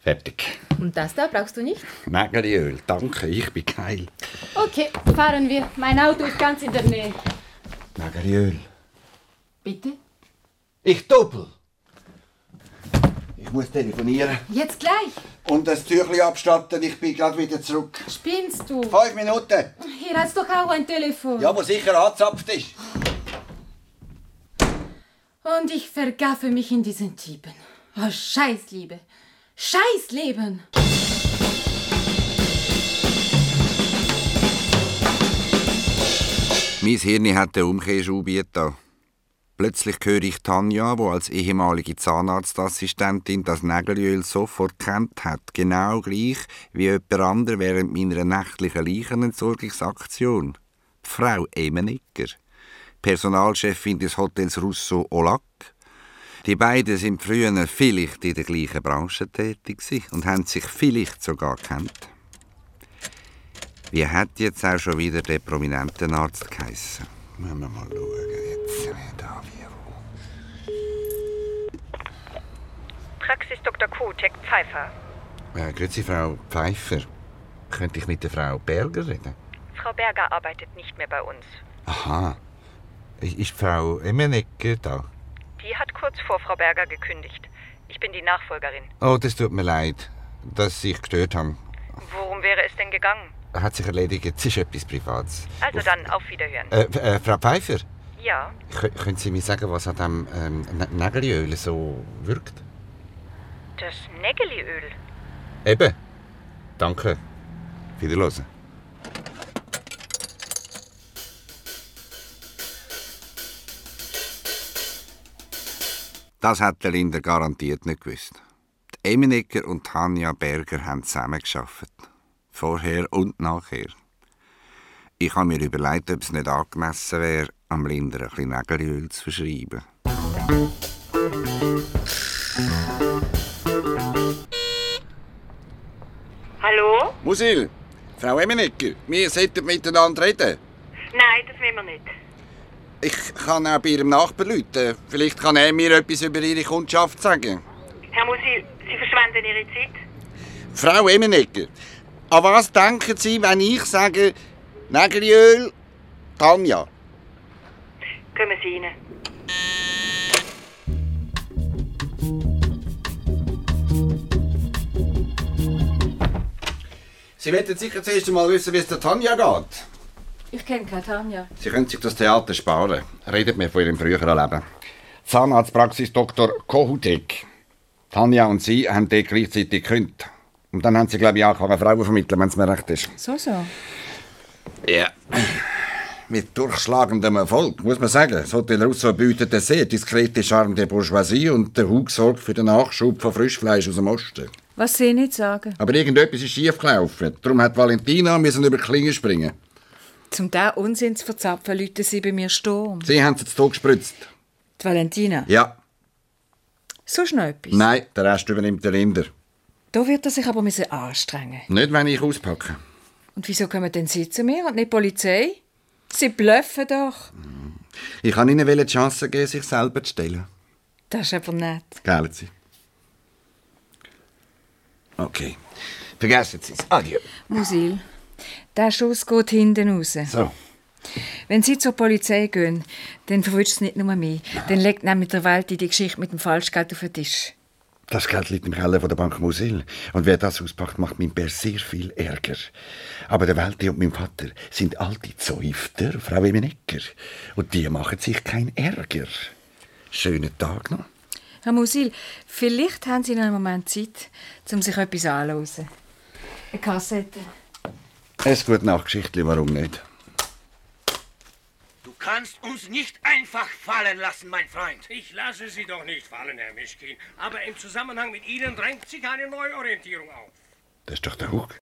fertig.
Und das da brauchst du nicht?
Nägeliöl, danke, ich bin geil.
Okay, fahren wir. Mein Auto ist ganz in der Nähe.
Nägeliöl.
Bitte?
Ich doppel. Ich muss telefonieren.
Jetzt gleich.
Und das Tüchli abstatten, ich bin gerade wieder zurück.
Spinnst du?
Fünf Minuten.
Hier hast du doch auch ein Telefon.
Ja, wo sicher angezapft ist.
Und ich vergaffe mich in diesen Typen. Oh, Scheißliebe. Scheißleben.
Mein Hirn hat den Umkehrschub getan. Plötzlich höre ich Tanja, die als ehemalige Zahnarztassistentin das Nägelöl sofort kennt hat, genau gleich wie jemand anderer während meiner nächtlichen Leichenentsorgungsaktion. Die Frau Emenicker, Personalchefin des Hotels Russo Olac. Die beiden sind früher vielleicht in der gleichen Branche tätig gewesen und haben sich vielleicht sogar kennt. Wie hat jetzt auch schon wieder der prominente Arzt geheissen? Müssen wir mal schauen. Jetzt sind wir da
Praxis Dr. Kotek Pfeiffer.
wie. Äh, grüezi, Frau Pfeiffer. Könnte ich mit der Frau Berger reden?
Frau Berger arbeitet nicht mehr bei uns.
Aha. I- Ist Frau Emmenegger da?
Die hat kurz vor Frau Berger gekündigt. Ich bin die Nachfolgerin.
Oh, das tut mir leid, dass ich gestört habe.
Worum wäre es denn gegangen?
Hat sich erledigt, es ist etwas Privates.
Also dann, auf Wiederhören.
Äh, äh, Frau Pfeiffer,
Ja,
kö- können Sie mir sagen, was an dem ähm, Nä- Nägelöl so wirkt?
das Nägeliöl.
Eben. Danke. Wiederhören. Das hat der Linda garantiert nicht gewusst. Die Emmenegger und Tanja Berger haben zusammengearbeitet. Vorher und nachher. Ich habe mir überlegt, ob es nicht angemessen wäre, am Linder ein bisschen Nägelöl zu verschreiben.
Hallo?
Musil, Frau Emmenegger, wir sollten miteinander reden.
Nein, das will man nicht.
Ich kann auch bei Ihrem Nachbarn rufen. Vielleicht kann er mir etwas über Ihre Kundschaft sagen.
Herr Musil, Sie verschwenden Ihre Zeit.
Frau Emmenegger, an was denken Sie, wenn ich sage Nägeliöl, Tanja?
Kommen Sie rein.
Sie werden sicher zuerst einmal wissen, wie es der Tanja geht.
Ich kenne keine Tanja.
Sie können sich das Theater sparen. Redet mir von Ihrem früheren Leben. Zahnarztpraxis Dr. Kohutek. Tanja und Sie haben dort gleichzeitig gekündigt. Und dann haben Sie, glaube ich, angefangen, Frauen vermitteln, wenn es mir recht ist.
So, so.
Ja. Mit durchschlagendem Erfolg, muss man sagen. Das Hotel Russo bietet den sehr diskreten Charme der Bourgeoisie und der Hug sorgt für den Nachschub von Frischfleisch aus dem Osten.
Was Sie nicht sagen.
Aber irgendetwas ist schief gelaufen. Darum hat Valentina müssen über die Klinge springen.
Zum da Unsinn zu verzapfen, Leute Sie bei mir Sturm.
Sie haben sie zu Tod gespritzt.
Die Valentina.
Ja.
Sonst noch etwas?
Nein, den Rest übernimmt der Rinder.
Da wird er sich aber müssen anstrengen.
Nicht, wenn ich auspacke.
Und wieso kommen denn Sie zu mir und nicht die Polizei? Sie bluffen doch.
Ich kann ihnen die Chance geben, sich selber zu stellen.
Das ist aber nett.
Gell Sie? Okay. Vergessen Sie es. Adieu.
Musil, der Schuss geht hinten raus.
So.
Wenn Sie zur Polizei gehen, dann verwünscht es nicht nur mich. Dann legt nämlich der Welt die Geschichte mit dem Falschgeld auf den Tisch.
Das Geld liegt im Keller von der Bank Musil. Und wer das auspackt, macht meinem Bär sehr viel Ärger. Aber der Welti und mein Vater sind alte Zäufter, Frau Emenecker. Und die machen sich keinen Ärger. Schönen Tag noch.
Herr Musil, vielleicht haben Sie noch einen Moment Zeit, um sich etwas anzuhören. Eine Kassette.
Ein gute Nachtgeschichtli, warum nicht?
Du kannst uns nicht einfach fallen lassen, mein Freund.
Ich lasse Sie doch nicht fallen, Herr Mischkin. Aber im Zusammenhang mit Ihnen drängt sich eine Neuorientierung auf.
Das ist doch der Huck.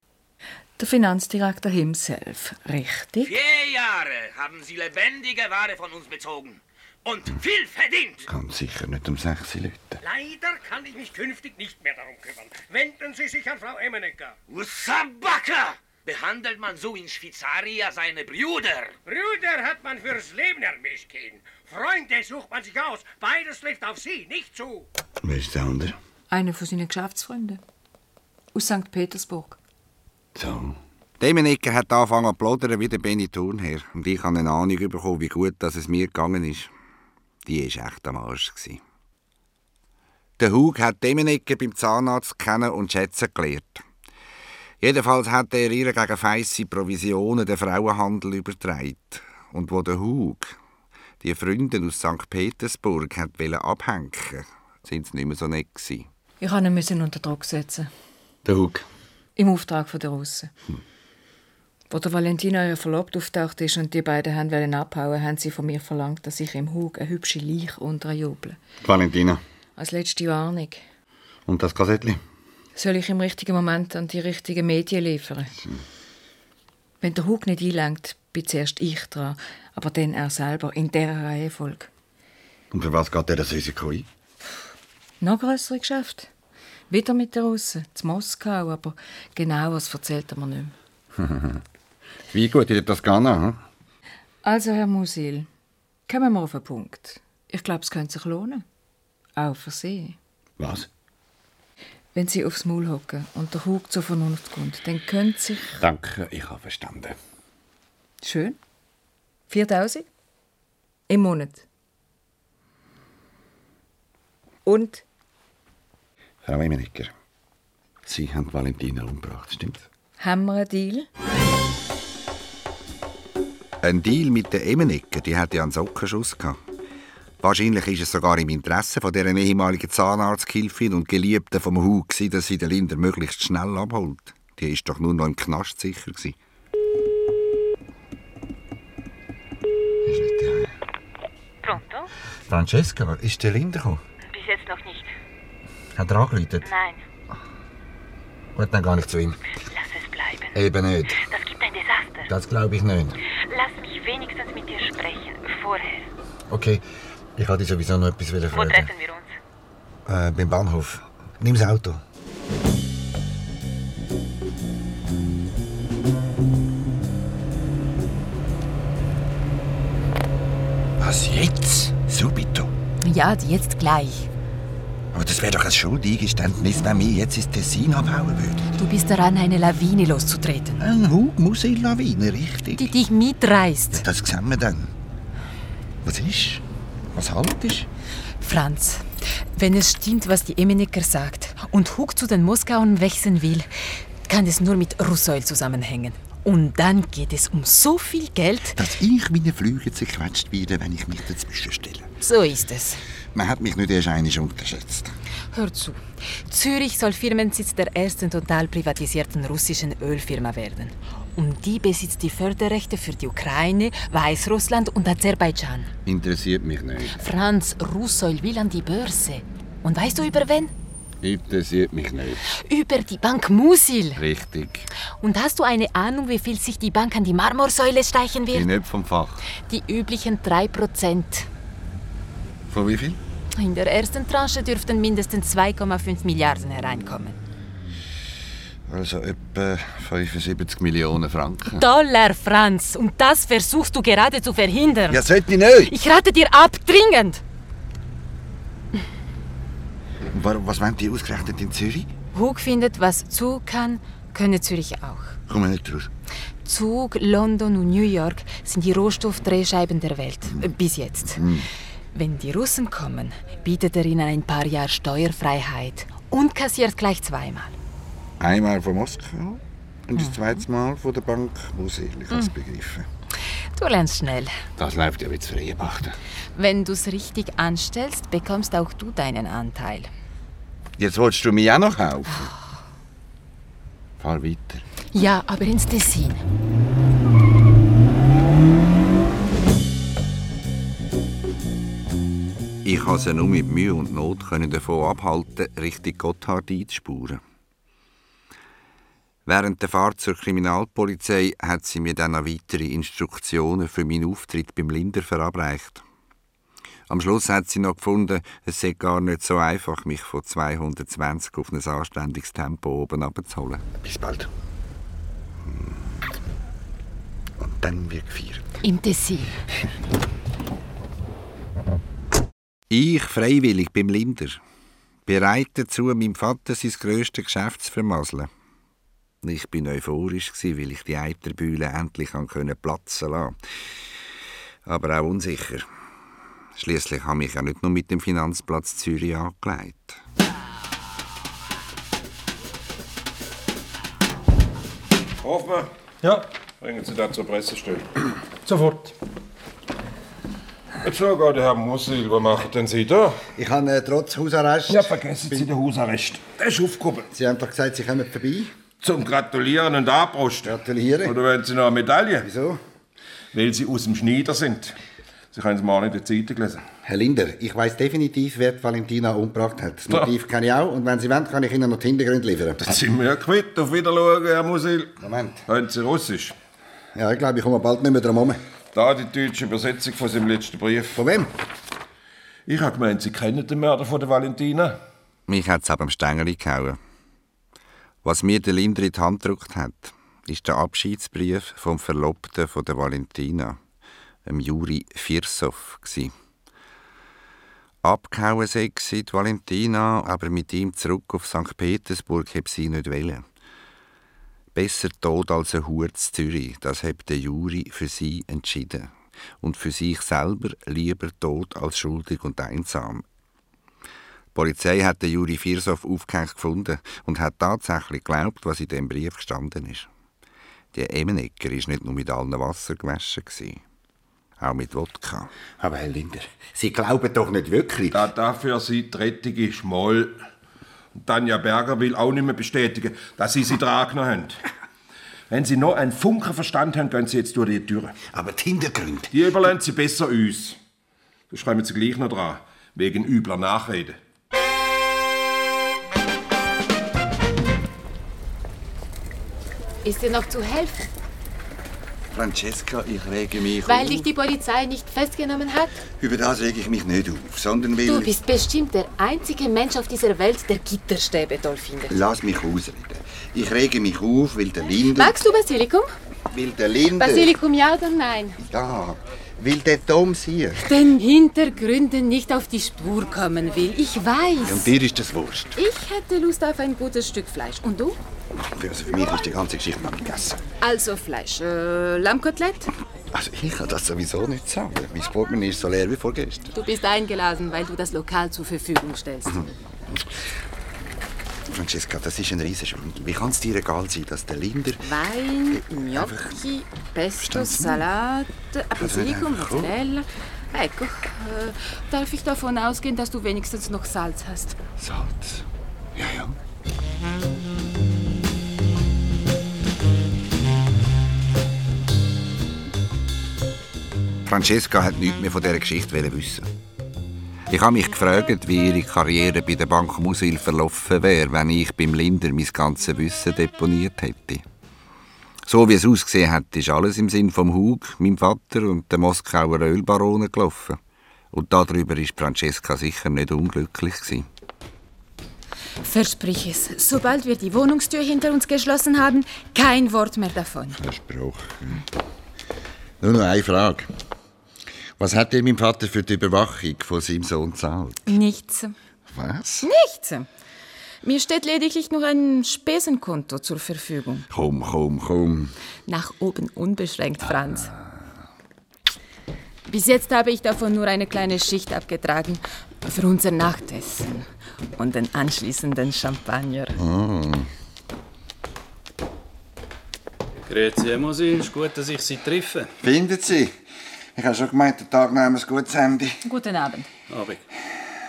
Der Finanzdirektor himself, richtig?
Vier Jahre haben Sie lebendige Ware von uns bezogen. Und viel verdient.
Ganz sicher nicht um sechs Leute.
Leider kann ich mich künftig nicht mehr darum kümmern. Wenden Sie sich an Frau Emenecker.
Sabaka! Behandelt man so in Schweizaria seine Brüder?
Brüder hat man fürs Leben, Herr Mischkin. Freunde sucht man sich aus. Beides trifft auf Sie nicht zu.
Wer ist der andere?
Einer von seinen Geschäftsfreunden. Aus St. Petersburg.
So.
Demenicker hat angefangen zu plaudern wie der Benny Thurnherr. Und ich habe eine Ahnung bekommen, wie gut dass es mir gegangen ist. Die war echt am Arsch. gewesen. Der Hug hat Demenicker beim Zahnarzt kennen und schätzen gelernt. Jedenfalls hat er ihr gegen feisse Provisionen den Frauenhandel übertragen. Und wo der Hug die Freundin aus St. Petersburg hat wollen abhängen, sind sie nicht mehr so nett gewesen.
Ich habe ihn müssen unter Druck setzen.
Der Hug.
Im Auftrag von der Russen. Wo der Valentina ihr Verlobt auftaucht ist und die beiden haben wollen abhauen, haben sie von mir verlangt, dass ich im Hug eine hübsche Leiche unterjuble.
Valentina.
Als letzte Warnung.
Und das Kassettli?
Soll ich im richtigen Moment an die richtigen Medien liefern? Wenn der Hug nicht einlenkt, bin zuerst ich dran, aber dann er selber in dieser Reihenfolge.
Und für was geht der das Risiko ein?
Noch größere Geschäft. Wieder mit den Russen, zu Moskau, aber genau was erzählt er mir nicht mehr.
<laughs> wie gut in der Toskana, hm?
Also, Herr Musil, kommen wir auf den Punkt. Ich glaube, es könnte sich lohnen. Auch für Sie.
Was?
Wenn Sie aufs Maul hocken und der Hug zur Vernunft kommt, dann könnte sich.
Danke, ich habe verstanden.
Schön. 4000? Im Monat. Und?
Frau Emenecker, Sie haben Valentina umgebracht, stimmt's?
Haben wir einen Deal?
Ein Deal mit den Emenecker, die hatte ja einen Sockenschuss gehabt. Wahrscheinlich ist es sogar im Interesse von deren ehemaligen Zahnarzthilfin und Geliebten vom Hug, gewesen, dass sie den Linder möglichst schnell abholt. Die ist doch nur noch im Knast sicher gewesen.
Pronto?
Francesca, ist der Linder gekommen?
Bis jetzt noch nicht.
Hat er angerufen?
Nein,
Gut, dann gehe ich zu ihm.
lass es bleiben.
Eben nicht.
Das gibt ein Desaster.
Das glaube ich nicht.
Lass mich wenigstens mit dir sprechen. Vorher.
Okay, ich hatte sowieso noch etwas fragen.
Wo treffen wir uns?
Äh, beim Bahnhof. Nimm das Auto. Was jetzt? Subito.
Ja, jetzt gleich.
Aber das wäre doch ein Schuldiggeständnis, wenn wir jetzt ins Tessin abhauen würden.
Du bist daran, eine Lawine loszutreten.
Ein Hug muss in Lawine, richtig?
Die dich mitreißt.
Das sehen wir dann. Was ist? Was halt ist?
Franz, wenn es stimmt, was die Emenecker sagt und Hug zu den Moskauern wechseln will, kann es nur mit Russoil zusammenhängen. Und dann geht es um so viel Geld.
Dass ich meine Flüge zerquetscht werde, wenn ich mich dazwischen stelle.
So ist es.
Man hat mich nicht erst einmal unterschätzt.
Hör zu. Zürich soll Firmensitz der ersten total privatisierten russischen Ölfirma werden. Und die besitzt die Förderrechte für die Ukraine, Weißrussland und Aserbaidschan.
Interessiert mich nicht.
Franz Russoil will an die Börse. Und weißt du über wen?
Interessiert mich nicht.
Über die Bank Musil.
Richtig.
Und hast du eine Ahnung, wie viel sich die Bank an die Marmorsäule steichen
Bin
wird?
nicht vom Fach.
Die üblichen 3%.
Von wie viel?
In der ersten Tranche dürften mindestens 2,5 Milliarden hereinkommen.
Also etwa 75 Millionen Franken.
Dollar, Franz. Und das versuchst du gerade zu verhindern.
Ja, sollte ich nicht.
Ich rate dir ab, dringend.
Und Warum, was wollen die ausgerechnet in Zürich?
Hug findet, was Zug kann, könne Zürich auch.
Kommen nicht raus.
Zug, London und New York sind die Rohstoffdrehscheiben der Welt. Äh, Bis jetzt.
Hm.
Wenn die Russen kommen, bietet er ihnen ein paar Jahre Steuerfreiheit und kassiert gleich zweimal.
Einmal von Moskau und das zweite Mal von der Bank Musil. Ich habe es
Mhm.
begriffen.
Du lernst schnell.
Das läuft ja wie zu Rehbachten.
Wenn du es richtig anstellst, bekommst auch du deinen Anteil.
Jetzt willst du mich auch noch kaufen? Fahr weiter.
Ja, aber ins Tessin.
Ich
konnte sie nur mit Mühe und Not können davon abhalten, Richtung Gotthard einzuspuren. Während der Fahrt zur Kriminalpolizei hat sie mir dann noch weitere Instruktionen für meinen Auftritt beim Linder verabreicht. Am Schluss hat sie noch gefunden, es sei gar nicht so einfach, mich von 220 auf ein anständiges Tempo oben abzuholen. Bis bald. Hm. Und dann wird gefeiert.
Im Tessin.
Ich freiwillig beim Linder. Bereit dazu, meinem Vater sein grösstes Geschäft zu vermasseln. Ich bin euphorisch, gewesen, weil ich die Eiterbühle endlich an können platzen lassen Aber auch unsicher. Schließlich habe ich ja nicht nur mit dem Finanzplatz Zürich angelegt.
Hoffmann?
Ja?
Bringen Sie da zur Pressestelle.
Sofort.
Jetzt schau gerade, Herr Musil, was machen denn Sie da?
Ich habe äh, trotz Hausarrest... Ja, vergessen Sie den Hausarrest.
Der ist aufgehoben.
Sie haben doch gesagt, Sie kommen vorbei.
Zum Gratulieren und Abrosten. Gratulieren? Oder wollen Sie noch eine Medaille? Wieso? Weil Sie aus dem Schneider sind. Sie können es mal in der Zeitung lesen.
Herr Linder, ich weiß definitiv, wer die Valentina umgebracht hat. Das Motiv kenne ich auch und wenn Sie wollen, kann ich Ihnen noch die Hintergründe liefern.
Das sind wir ja quitt. Auf Wiedersehen, Herr Musil. Moment. Hören Sie Russisch?
Ja, ich glaube, ich komme bald nicht mehr drum herum.
Da die deutsche Übersetzung von seinem letzten Brief. Von wem? Ich habe gemeint, Sie kennen den Mörder von der Valentina.
Mich hat es ab dem Stängeli gehauen. Was mir der Linder in die Hand gedrückt hat, ist der Abschiedsbrief vom Verlobten von der Valentina, dem Juri Firsow. gsi. Abgehauen sei gsi die Valentina, aber mit ihm zurück auf St. Petersburg heb sie nicht wollen. Besser tot als ein Hut zu Zürich, das heb der Juri für sie entschieden. Und für sich selber lieber tot als schuldig und einsam. Die Polizei hat den Juri Firsow aufgehängt gefunden und hat tatsächlich geglaubt, was in dem Brief gestanden ist. Der Emenegger war nicht nur mit allen Wasser gewaschen. Gewesen. Auch mit Wodka.
Aber Herr Linder, Sie glauben doch nicht wirklich.
Da dafür Sie die Rettung ist Moll. Und Tanja Berger will auch nicht mehr bestätigen, dass Sie sie dran genommen haben. Wenn Sie noch einen Funken Verstand haben, gehen Sie jetzt durch die Tür. Aber die Hintergründe... Die überlassen Sie besser uns. Sonst kommen Sie gleich noch dran. Wegen übler Nachrede.
Ist dir noch zu helfen,
Francesca, ich rege mich
weil
auf.
dich die Polizei nicht festgenommen hat?
Über das rege ich mich nicht auf, sondern will...
Du bist bestimmt der einzige Mensch auf dieser Welt, der Gitterstäbe toll findet.
Lass mich ausreden. Ich rege mich auf, weil der Linder...
Magst du Basilikum?
Weil der Linder...
Basilikum ja oder nein?
Ja, weil der Tom sieht.
Den Hintergründen nicht auf die Spur kommen will. Ich weiß.
Und dir ist das Wurst.
Ich hätte Lust auf ein gutes Stück Fleisch. Und du?
Also für mich ist die ganze Geschichte noch gegessen.
Also Fleisch. Äh, Lammkotelett?
Also ich kann das sowieso nicht sagen. Mein Portemonnaie ist so leer wie vorgestern.
Du bist eingeladen, weil du das Lokal zur Verfügung stellst.
Francesca, das ist ein Riesenschwindel. Wie kann es dir egal sein, dass der Linder...
Wein, Gnocchi, Pesto, Salat, Basilikum,
einfach hoch.
Mozzarella. Ecco, äh, darf ich davon ausgehen, dass du wenigstens noch Salz hast?
Salz? Ja, ja. Francesca hat nichts mehr von dieser Geschichte wollen wissen. Ich habe mich gefragt, wie ihre Karriere bei der Bank Musil verlaufen wäre, wenn ich beim Linder mein ganzes Wissen deponiert hätte. So wie es ausgesehen hat, ist alles im Sinn vom Hug, meinem Vater und der Moskauer Ölbarone gelaufen. Und darüber ist Francesca sicher nicht unglücklich gewesen.
Versprich es, sobald wir die Wohnungstür hinter uns geschlossen haben, kein Wort mehr davon.
Versprochen. Nur noch eine Frage. Was hat denn mein Vater für die Überwachung von seinem Sohn gezahlt?
Nichts.
Was?
Nichts. Mir steht lediglich nur ein Spesenkonto zur Verfügung.
Komm, komm, komm.
Nach oben unbeschränkt, Franz. Bis jetzt habe ich davon nur eine kleine Schicht abgetragen für unser Nachtessen und den anschließenden Champagner.
Ah,
Grüezi, Herr Musil. Ist gut, dass ich Sie treffe.
Findet Sie? Ich habe schon gemeint, den Tag nehmen wir ein gutes Handy.
Guten Abend.
Abend.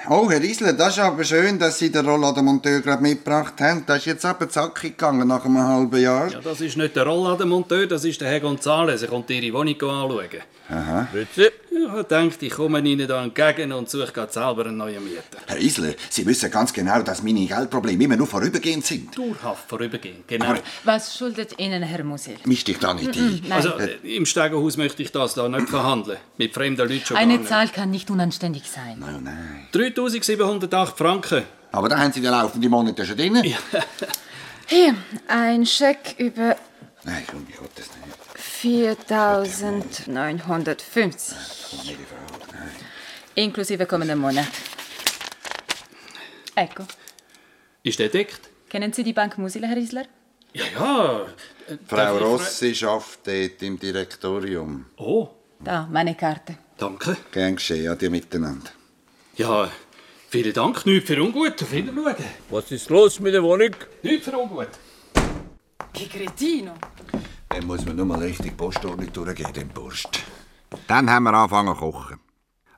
Oh, Herr Isler, das ist aber schön, dass Sie den Rollladen Monteur gerade mitgebracht haben. Das ist jetzt aber zackig gegangen nach einem halben Jahr.
Ja, Ah, das ist nicht der Rollladenmonteur, das ist der Herr Gonzales. Er kommt Ihre Wohnung anschauen.
Aha.
Grüezi. Ja, ich dachte, ich komme Ihnen da entgegen und suche gerade selber einen neuen Mieter.
Herr Isler, Sie wissen ganz genau, dass meine Geldprobleme immer nur vorübergehend sind.
Dauerhaft vorübergehend, genau.
Was schuldet Ihnen, Herr Musil?
Misch dich da nicht ein.
Mm, mm, nein.
Also, äh, im Stegerhaus möchte ich das da nicht verhandeln. Mit fremden Leuten schon
Eine
gar
Zahl kann nicht unanständig sein.
Nein, nein.
nicht. 3708 Franken.
Aber da haben Sie den laufenden Monat schon drin. Ja.
Hier, ein Scheck über
Nein, um Gottes Willen.
4950.
Inklusive kommenden Monat.
Ecco.
Ist der deckt?
Kennen Sie die Bank Musil, Herr Isler?
Ja, ja.
darf
Frau
ich fra-
Rossi schafft dort im Direktorium.
Oh.
Da, meine Karte.
Danke.
Gern geschehen, ja, die miteinander.
Ja, vielen Dank. Nichts für ungut. Auf Wiedersehen.
Was ist los mit der Wohnung?
Nichts für ungut.
Che cretino.
Dann muss man nur mal richtig Postordnung durchgehen, den Burst. Dann haben wir angefangen zu kochen.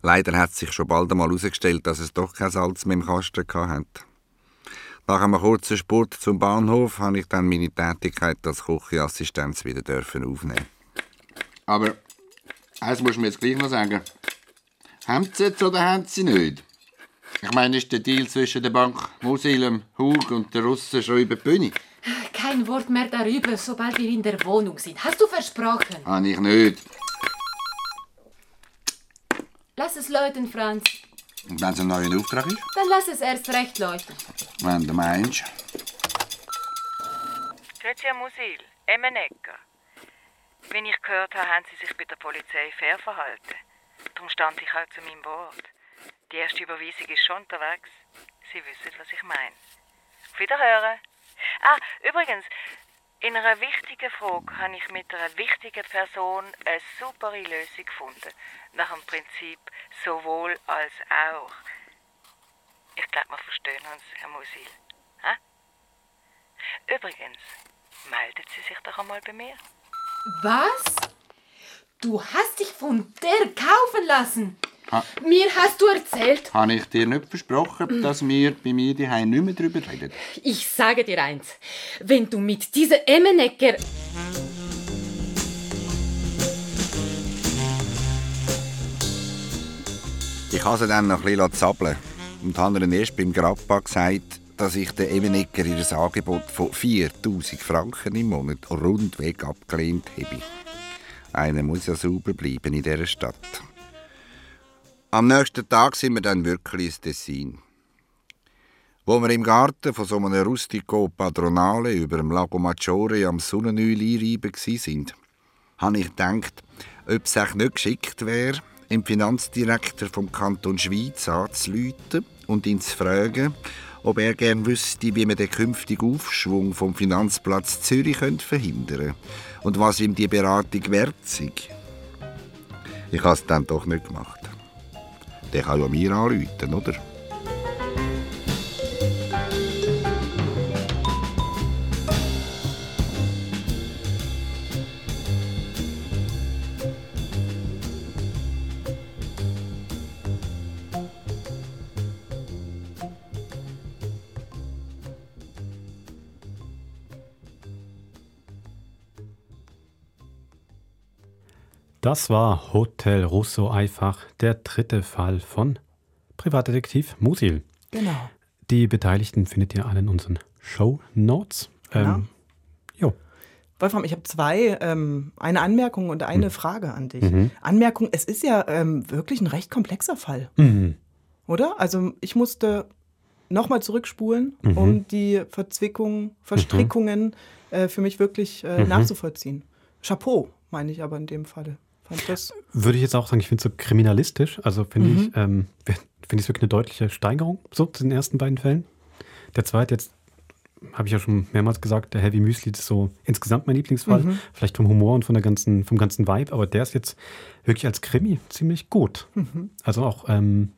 Leider hat sich schon bald einmal herausgestellt, dass es doch kein Salz mehr im Kasten hatte. Nach einem kurzen Sport zum Bahnhof habe ich dann meine Tätigkeit als Kochassistenz wieder dürfen aufnehmen.
Aber eins muss ich mir jetzt gleich noch sagen. Haben Sie jetzt oder haben Sie nicht? Ich meine, ist der Deal zwischen der Bank Musilem, Hug und den Russen schon über die Bühne?
Kein Wort mehr darüber, sobald wir in der Wohnung sind. Hast du versprochen?
Habe ich nicht.
Lass es läuten, Franz.
Und wenn es ein neuer Auftrag ist?
Dann lass es erst recht läuten.
Wenn du meinst.
Grüezi, Herr Musil, Emmenegger. Wenn ich gehört habe, haben Sie sich bei der Polizei fair verhalten. Darum stand ich auch zu meinem Wort. Die erste Überweisung ist schon unterwegs. Sie wissen, was ich meine. Auf Wiederhören. Ah, übrigens, in einer wichtigen Frage habe ich mit einer wichtigen Person eine super Lösung gefunden. Nach dem Prinzip sowohl als auch. Ich glaube, wir verstehen uns, Herr Musil. Hä? Übrigens, melden Sie sich doch einmal bei mir.
Was? Du hast dich von der kaufen lassen.
Ha,
Mir hast du erzählt.
habe ich dir nicht versprochen, dass wir bei mir die nicht mehr drüber reden?
Ich sage dir eins. Wenn du mit dieser Emmenecker...
Ich habe sie dann noch ein bisschen zappeln lassen und habe ihr erst beim Grappa gesagt, dass ich den Ebenecker ihr Angebot von 4000 Franken im Monat rundweg abgelehnt habe. Einer muss ja sauber bleiben in dieser Stadt. Am nächsten Tag sind wir dann wirklich ins Tessin. Wo wir im Garten von so einem Rustico Padronale über dem Lago Maggiore am Sonnenöl einreiben waren, habe ich gedacht, ob es auch nicht geschickt wäre, im Finanzdirektor vom Kanton Schweiz anzuläuten und ihn zu fragen, ob er gern wüsste, wie man den künftigen Aufschwung vom Finanzplatz Zürich könnte verhindern könnte und was ihm die Beratung wert sei. Ich habe es dann doch nicht gemacht. Der kann ja mir anrufen, oder?
Das war Hotel Russo einfach der dritte Fall von Privatdetektiv Musil.
Genau.
Die Beteiligten findet ihr alle in unseren Show Notes.
Genau.
Ähm, jo.
Wolfram, ich habe zwei, ähm, eine Anmerkung und eine Frage an dich.
Hm. Mhm.
Anmerkung, es ist ja ähm, wirklich ein recht komplexer Fall,
Mhm.
oder? Also ich musste nochmal zurückspulen,
Mhm.
um die Verzwickungen, Verstrickungen äh, für mich wirklich äh,
Mhm.
nachzuvollziehen. Chapeau, meine ich aber in dem Falle. Fand das
Würde ich jetzt auch sagen, ich finde es so kriminalistisch. Also finde
Mhm.
ich, ähm, finde ich wirklich eine deutliche Steigerung so zu den ersten beiden Fällen. Der zweite jetzt habe ich ja schon mehrmals gesagt, der Heavy Müsli ist so insgesamt mein Lieblingsfall.
Mhm.
Vielleicht vom Humor und von der ganzen, vom ganzen Vibe, aber der ist jetzt wirklich als Krimi ziemlich gut.
Mhm.
Also auch, ähm,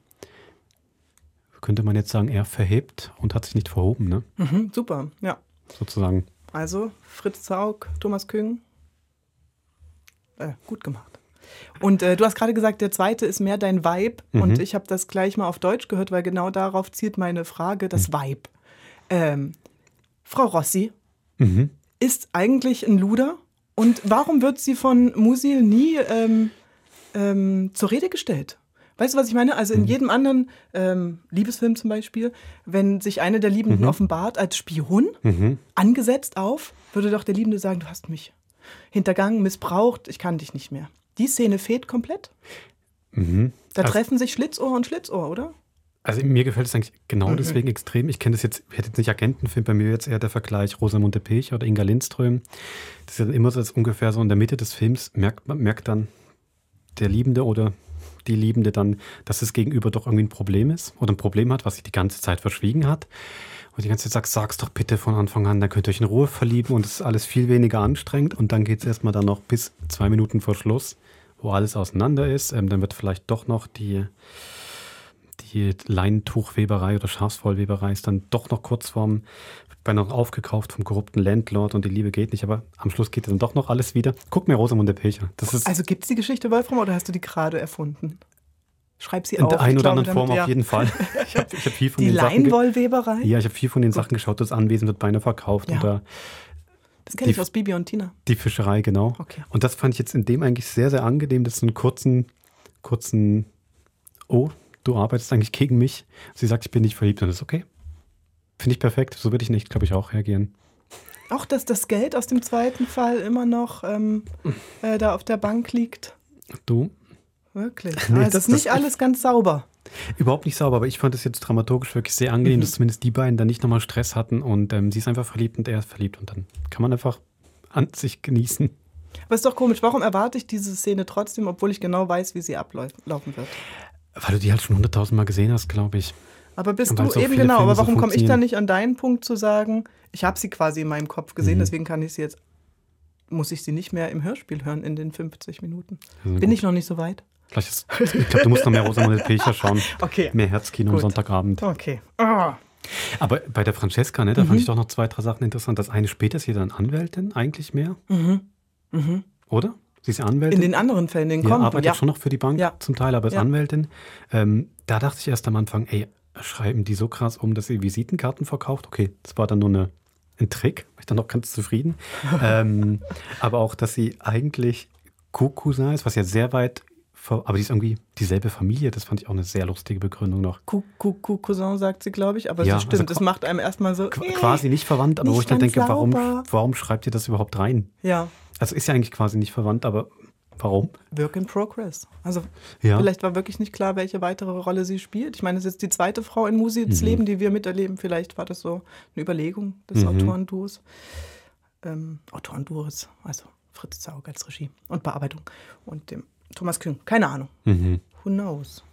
könnte man jetzt sagen, er verhebt und hat sich nicht verhoben, ne?
mhm, super, ja.
Sozusagen.
Also Fritz Zaug, Thomas Küng. Äh, gut gemacht. Und äh, du hast gerade gesagt, der zweite ist mehr dein Vibe.
Mhm.
Und ich habe das gleich mal auf Deutsch gehört, weil genau darauf zielt meine Frage, das Vibe. Ähm, Frau Rossi
Mhm.
ist eigentlich ein Luder. Und warum wird sie von Musil nie ähm, ähm, zur Rede gestellt? Weißt du, was ich meine? Also
Mhm.
in jedem anderen ähm, Liebesfilm zum Beispiel, wenn sich eine der Liebenden
Mhm.
offenbart als Spion,
Mhm.
angesetzt auf, würde doch der Liebende sagen, du hast mich hintergangen, missbraucht, ich kann dich nicht mehr. Die Szene fehlt komplett.
Mhm.
Da
Also-
treffen sich Schlitzohr und Schlitzohr, oder?
Also mir gefällt es eigentlich genau
Mhm.
deswegen extrem. Ich kenne das jetzt, ich hätte jetzt nicht Agentenfilm, bei mir jetzt eher der Vergleich Rosamunde Pilcher oder Inga Lindström. Das ist ja immer so, dass ungefähr so in der Mitte des Films merkt man merkt dann der Liebende oder die Liebende dann, dass das Gegenüber doch irgendwie ein Problem ist oder ein Problem hat, was sich die ganze Zeit verschwiegen hat. Und die ganze Zeit sagt, sag's doch bitte von Anfang an, dann könnt ihr euch in Ruhe verlieben und es ist alles viel weniger anstrengend. Und dann geht es erstmal dann noch bis zwei Minuten vor Schluss, wo alles auseinander ist. Ähm, dann wird vielleicht doch noch die, die Leintuchweberei oder Schafswollweberei ist dann doch noch kurz vorm, wird bei noch aufgekauft vom korrupten Landlord und die Liebe geht nicht, aber am Schluss geht dann doch noch alles wieder. Guck mir Rosamunde Pilcher. Das ist
Also gibt es die Geschichte Wolfram oder hast du die gerade erfunden? Schreib sie
in
auf.
der einen
also ich
oder
glaube,
anderen Form
damit- ja.
auf jeden
<laughs>
Fall. Ich habe ich hab viel von
Die
den Sachen ge-
Leinwollweberei?
Ja, ich habe viel von den Sachen geschaut. Das Anwesen wird beinahe verkauft.
Ja.
Oder
Das kenne ich
die-
aus Bibi und Tina.
Die Fischerei, genau.
Okay.
Und das fand ich jetzt in dem eigentlich sehr, sehr angenehm, dass so einen kurzen, kurzen, oh, du arbeitest eigentlich gegen mich. Sie sagt, ich bin nicht verliebt und das ist okay. Finde ich perfekt. So würde ich nicht, glaube ich, auch reagieren.
Auch, dass das Geld aus dem zweiten Fall immer noch ähm, äh, da auf der Bank liegt.
Du?
Wirklich.
Nee,
also
das-
ist nicht
das-
alles ganz sauber.
Überhaupt nicht sauber, aber ich fand es jetzt dramaturgisch wirklich sehr angenehm,
Mhm.
dass zumindest die beiden dann nicht nochmal Stress hatten und ähm, sie ist einfach verliebt und er ist verliebt und dann kann man einfach an sich genießen.
Aber ist doch komisch. Warum erwarte ich diese Szene trotzdem, obwohl ich genau weiß, wie sie ablaufen wird?
Weil du die halt schon hunderttausendmal gesehen hast, glaube ich.
Aber bist
Und
du
weil so
eben
viele
genau,
Filme
aber
so
warum komme ich
funktionieren.
dann nicht an deinen Punkt zu sagen, ich habe sie quasi in meinem Kopf gesehen,
Mhm.
deswegen kann ich sie jetzt, muss ich sie nicht mehr im Hörspiel hören in den 50 Minuten.
Also
Bin
gut.
ich noch nicht so weit?
Vielleicht ist, ich glaube, du musst noch mehr Rosamunde Pilcher schauen.
<laughs> Okay.
Mehr Herzkino am
Gut.
Sonntagabend.
Okay. Ah.
Aber bei der Francesca, ne, da
Mhm.
fand ich doch noch zwei, drei Sachen interessant. Das eine später ist sie dann Anwältin eigentlich mehr,
Mhm. Mhm.
oder? Sie ist ja Anwältin.
In den anderen Fällen, den
ja,
kommen.
arbeitet schon noch für die Bank zum Teil, aber ist
Ja.
Anwältin. Ähm, da dachte ich erst am Anfang, ey, schreiben die so krass um, dass sie Visitenkarten verkauft? Okay, das war dann nur eine, ein Trick, war ich dann noch ganz
<laughs>
zufrieden. ähm, aber auch, dass sie eigentlich Kukusa ist, was ja sehr weit, ver- aber die ist irgendwie dieselbe Familie, das fand ich auch eine sehr lustige Begründung noch.
Ku- Ku- Ku- Cousin sagt sie, glaube ich, aber
Ja,
das stimmt.
also
das
qua-
macht einem erstmal so. äh,
quasi nicht verwandt, aber wo
nicht
ich dann
ganz
denke, warum,
sauber.
warum schreibt ihr das überhaupt rein?
Ja.
Also ist ja eigentlich quasi nicht verwandt, aber warum?
Work in Progress. Also
Ja.
vielleicht war wirklich nicht klar, welche weitere Rolle sie spielt. Ich meine, es ist jetzt die zweite Frau in Musils
Mhm.
Leben, die wir miterleben. Vielleicht war das so eine Überlegung des
Mhm.
Autorenduos. Ähm, Autorenduos, also Fritz Zaug als Regie und Bearbeitung und dem Thomas Kühn. Keine Ahnung.
Mhm.
Who knows?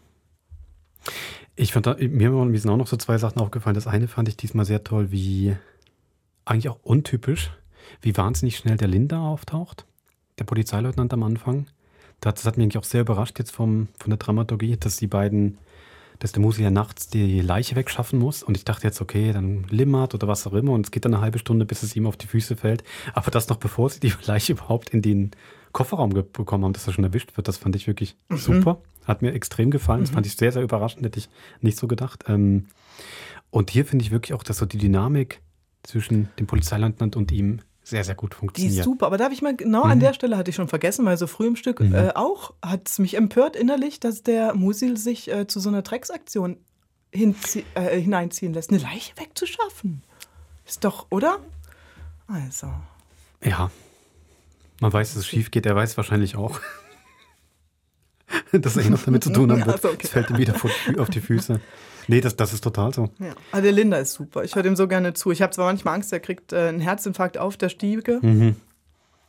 Ich fand da, mir, waren- mir sind auch noch so zwei Sachen aufgefallen. Das eine fand ich diesmal sehr toll, wie eigentlich auch untypisch, wie wahnsinnig schnell der Linda auftaucht, der Polizeileutnant am Anfang. Das, das hat mich eigentlich auch sehr überrascht jetzt vom, von der Dramaturgie, dass die beiden, dass der Musel ja nachts die Leiche wegschaffen muss. Und ich dachte jetzt, okay, dann limmert oder was auch immer. Und es geht dann eine halbe Stunde, bis es ihm auf die Füße fällt. Aber das noch bevor sie die <laughs> Leiche überhaupt in den Kofferraum ge- bekommen haben, dass er schon erwischt wird, das fand ich wirklich
Mhm.
super. Hat mir extrem gefallen. Das
Mhm.
fand ich sehr, sehr überraschend. Hätte ich nicht so gedacht. Ähm, und hier finde ich wirklich auch, dass so die Dynamik zwischen dem Polizeileutnant und ihm sehr, sehr gut
Die
funktioniert.
ist super, aber darf ich mal, genau
Mhm.
an der Stelle hatte ich schon vergessen, weil so früh im Stück
Mhm.
äh, auch hat es mich empört innerlich, dass der Musil sich äh, zu so einer Drecksaktion hinzie- äh, hineinziehen lässt, eine Leiche wegzuschaffen. Ist doch, oder? Also,
Ja, Man weiß, dass es schief geht, er weiß wahrscheinlich auch, <laughs> dass er noch damit zu
<laughs>
tun haben wird.
Also, okay.
Es fällt ihm wieder vor, auf die Füße. Nee, das, das ist total so.
Ja. Aber Ah, der Linda ist super. Ich höre dem so gerne zu. Ich habe zwar manchmal Angst, er kriegt äh, einen Herzinfarkt auf der Stiege
Mhm.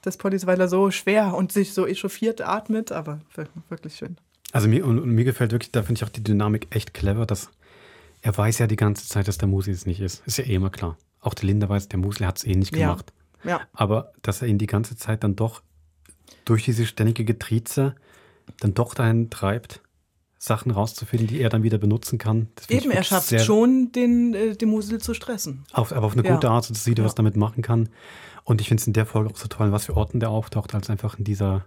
des Pottys, weil er so schwer und sich so echauffiert atmet, aber wir- wirklich schön.
Also mir, und, und mir gefällt wirklich, da finde ich auch die Dynamik echt clever, dass er weiß ja die ganze Zeit, dass der Musi es nicht ist. Ist ja eh immer klar. Auch die Linda weiß, der Musi hat es eh nicht
Ja.
gemacht.
Ja.
Aber dass er ihn die ganze Zeit dann doch durch diese ständige Getrieze dann doch dahin treibt, Sachen rauszufinden, die er dann wieder benutzen kann. Das finde ich
Eben, er
wirklich
schafft
sehr-
schon, den, äh, den Musel zu stressen.
auf, aber auf eine
Ja.
gute Art, so dass jeder was damit machen kann. Und ich finde es in der Folge auch so toll, an was für Orten der auftaucht, als einfach in dieser,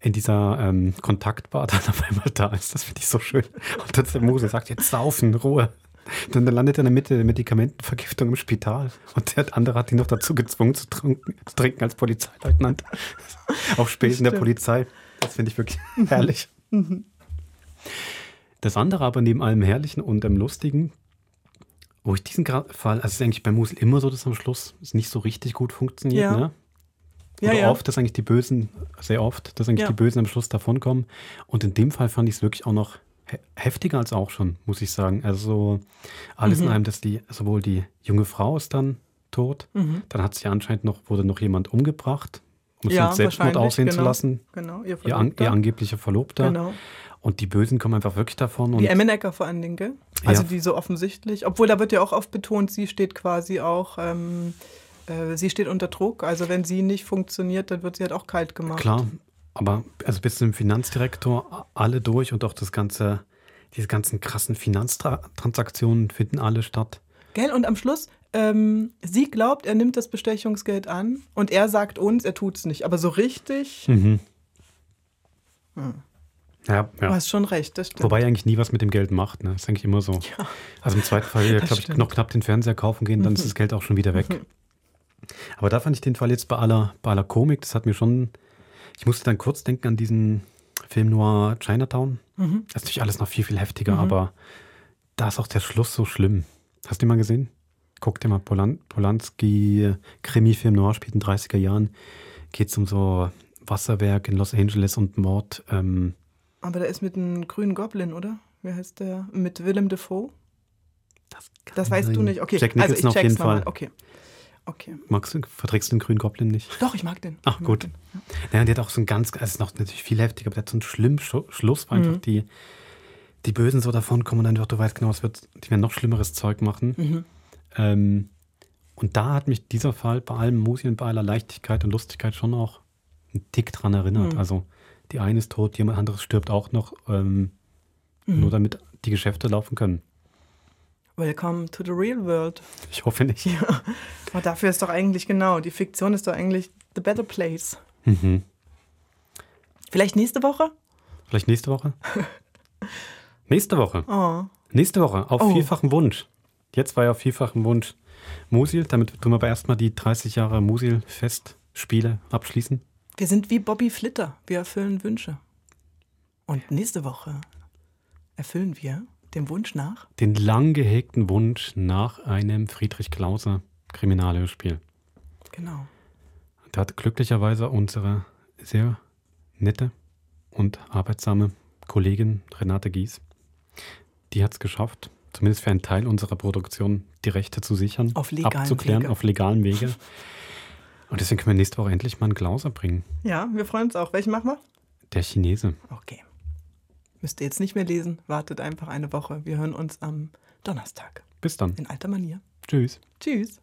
in dieser ähm, Kontaktbar dann <laughs> auf einmal da ist. Das finde ich so schön. Und dass der Mose sagt, jetzt saufen, Ruhe. Dann dann landet er in der Mitte der Medikamentenvergiftung im Spital. Und der andere hat ihn noch dazu gezwungen zu trinken, zu trinken als Polizeileutnant. <laughs> Auf Späßen der
Stimmt.
Polizei. Das finde ich wirklich <laughs> herrlich. Das andere aber neben allem Herrlichen und dem Lustigen, wo ich diesen Gra- Fall, also es ist eigentlich bei Musel immer so, dass am Schluss es nicht so richtig gut funktioniert,
Ja.
ne?
Ja,
Oder
ja.
oft, dass eigentlich die Bösen, sehr oft, dass eigentlich
Ja.
die Bösen am Schluss davonkommen. Und in dem Fall fand ich es wirklich auch noch he heftiger als auch schon, muss ich sagen. Also alles
Mhm.
in allem, dass die, sowohl die junge Frau ist dann tot,
Mhm.
dann hat sie anscheinend noch, wurde noch jemand umgebracht, um
Ja,
es als Selbstmord
wahrscheinlich,
aussehen zu
genau.
lassen.
Genau, ihr
ihr, an,
Verlobter.
ihr angeblicher Verlobter.
Genau.
Und die Bösen kommen einfach wirklich davon. Und
die Emmenecker vor allen Dingen, gell?
Ja.
Also die so offensichtlich. Obwohl, da wird ja auch oft betont, sie steht quasi auch, ähm, äh, sie steht unter Druck. Also wenn sie nicht funktioniert, dann wird sie halt auch kalt gemacht.
Klar, aber also bis zum Finanzdirektor a- alle durch und auch das ganze, diese ganzen krassen Finanztransaktionen finden alle statt.
Gell? Und am Schluss, ähm, sie glaubt, er nimmt das Bestechungsgeld an und er sagt uns, er tut's nicht. Aber so richtig,
Mhm.
hm,
Ja, ja.
du hast schon recht, das stimmt.
Wobei er eigentlich nie was mit dem Geld macht, ne? Das ist eigentlich immer so. Also im zweiten Fall,
<laughs> das
glaube ich,
stimmt.
noch knapp den Fernseher kaufen gehen, dann ist
Mhm.
das Geld auch schon wieder weg.
Mhm.
Aber da fand ich den Fall jetzt bei aller, bei aller Komik, das hat mir schon. Ich musste dann kurz denken an diesen Film Noir Chinatown.
Mhm.
Das ist natürlich alles noch viel, viel heftiger,
Mhm.
aber da ist auch der Schluss so schlimm. Hast du den mal gesehen? Guck dir mal Polan Polanski äh, Krimi-Film Noir spielt in den 30er Jahren. Geht es um so Wasserwerk in Los Angeles und Mord. Ähm,
Aber da ist mit einem grünen Goblin, oder? Wie heißt der? Mit Willem Dafoe? Das, weißt du
sein.
nicht. Okay,
Jack
also ich
Nicholson auf
check's
jeden
nochmal.
Fall.
Okay. Okay.
magst du, verträgst du den grünen Goblin nicht?
Doch, ich mag den.
Ach gut. Naja, und die hat auch so ein ganz, also es ist noch natürlich viel heftiger, aber der hat so einen schlimmen Schu Schluss, weil
Mhm.
einfach die, die Bösen so davonkommen und einfach, du weißt genau, es wird, die werden noch schlimmeres Zeug machen.
Mhm.
Ähm, und da hat mich dieser Fall bei allem Musi und bei aller Leichtigkeit und Lustigkeit schon auch einen Tick dran erinnert.
Mhm.
Also die eine ist tot, jemand anderes stirbt auch noch, ähm,
Mhm.
nur damit die Geschäfte laufen können.
Welcome to the real world.
Ich hoffe nicht.
Aber Oh, dafür ist doch eigentlich genau, die Fiktion ist doch eigentlich the better place.
Mhm.
Vielleicht nächste Woche?
Vielleicht nächste
<laughs>
Woche? nächste Woche.
Oh.
Nächste Woche, auf
Oh.
vielfachen Wunsch. Jetzt war ja auf vielfachen Wunsch Musil. Damit tun wir aber erstmal die 30 Jahre Musil-Festspiele abschließen.
Wir sind wie Bobby Flitter. Wir erfüllen Wünsche. Und nächste Woche erfüllen wir dem Wunsch nach.
Den lang gehegten Wunsch nach einem Friedrich Klause Kriminalhörspiel.
Genau.
Da hat glücklicherweise unsere sehr nette und arbeitsame Kollegin Renate Gies, die hat es geschafft, zumindest für einen Teil unserer Produktion die Rechte zu sichern,
Auf legalem
abzuklären,
Wege.
auf legalem Wege. Und deswegen können wir nächste Woche endlich mal einen Klauser bringen.
Ja, wir freuen uns auch. Welchen machen wir?
Der Chinese.
Okay. Müsst ihr jetzt nicht mehr lesen. Wartet einfach eine Woche. Wir hören uns am Donnerstag.
Bis dann.
In alter Manier.
Tschüss.
Tschüss.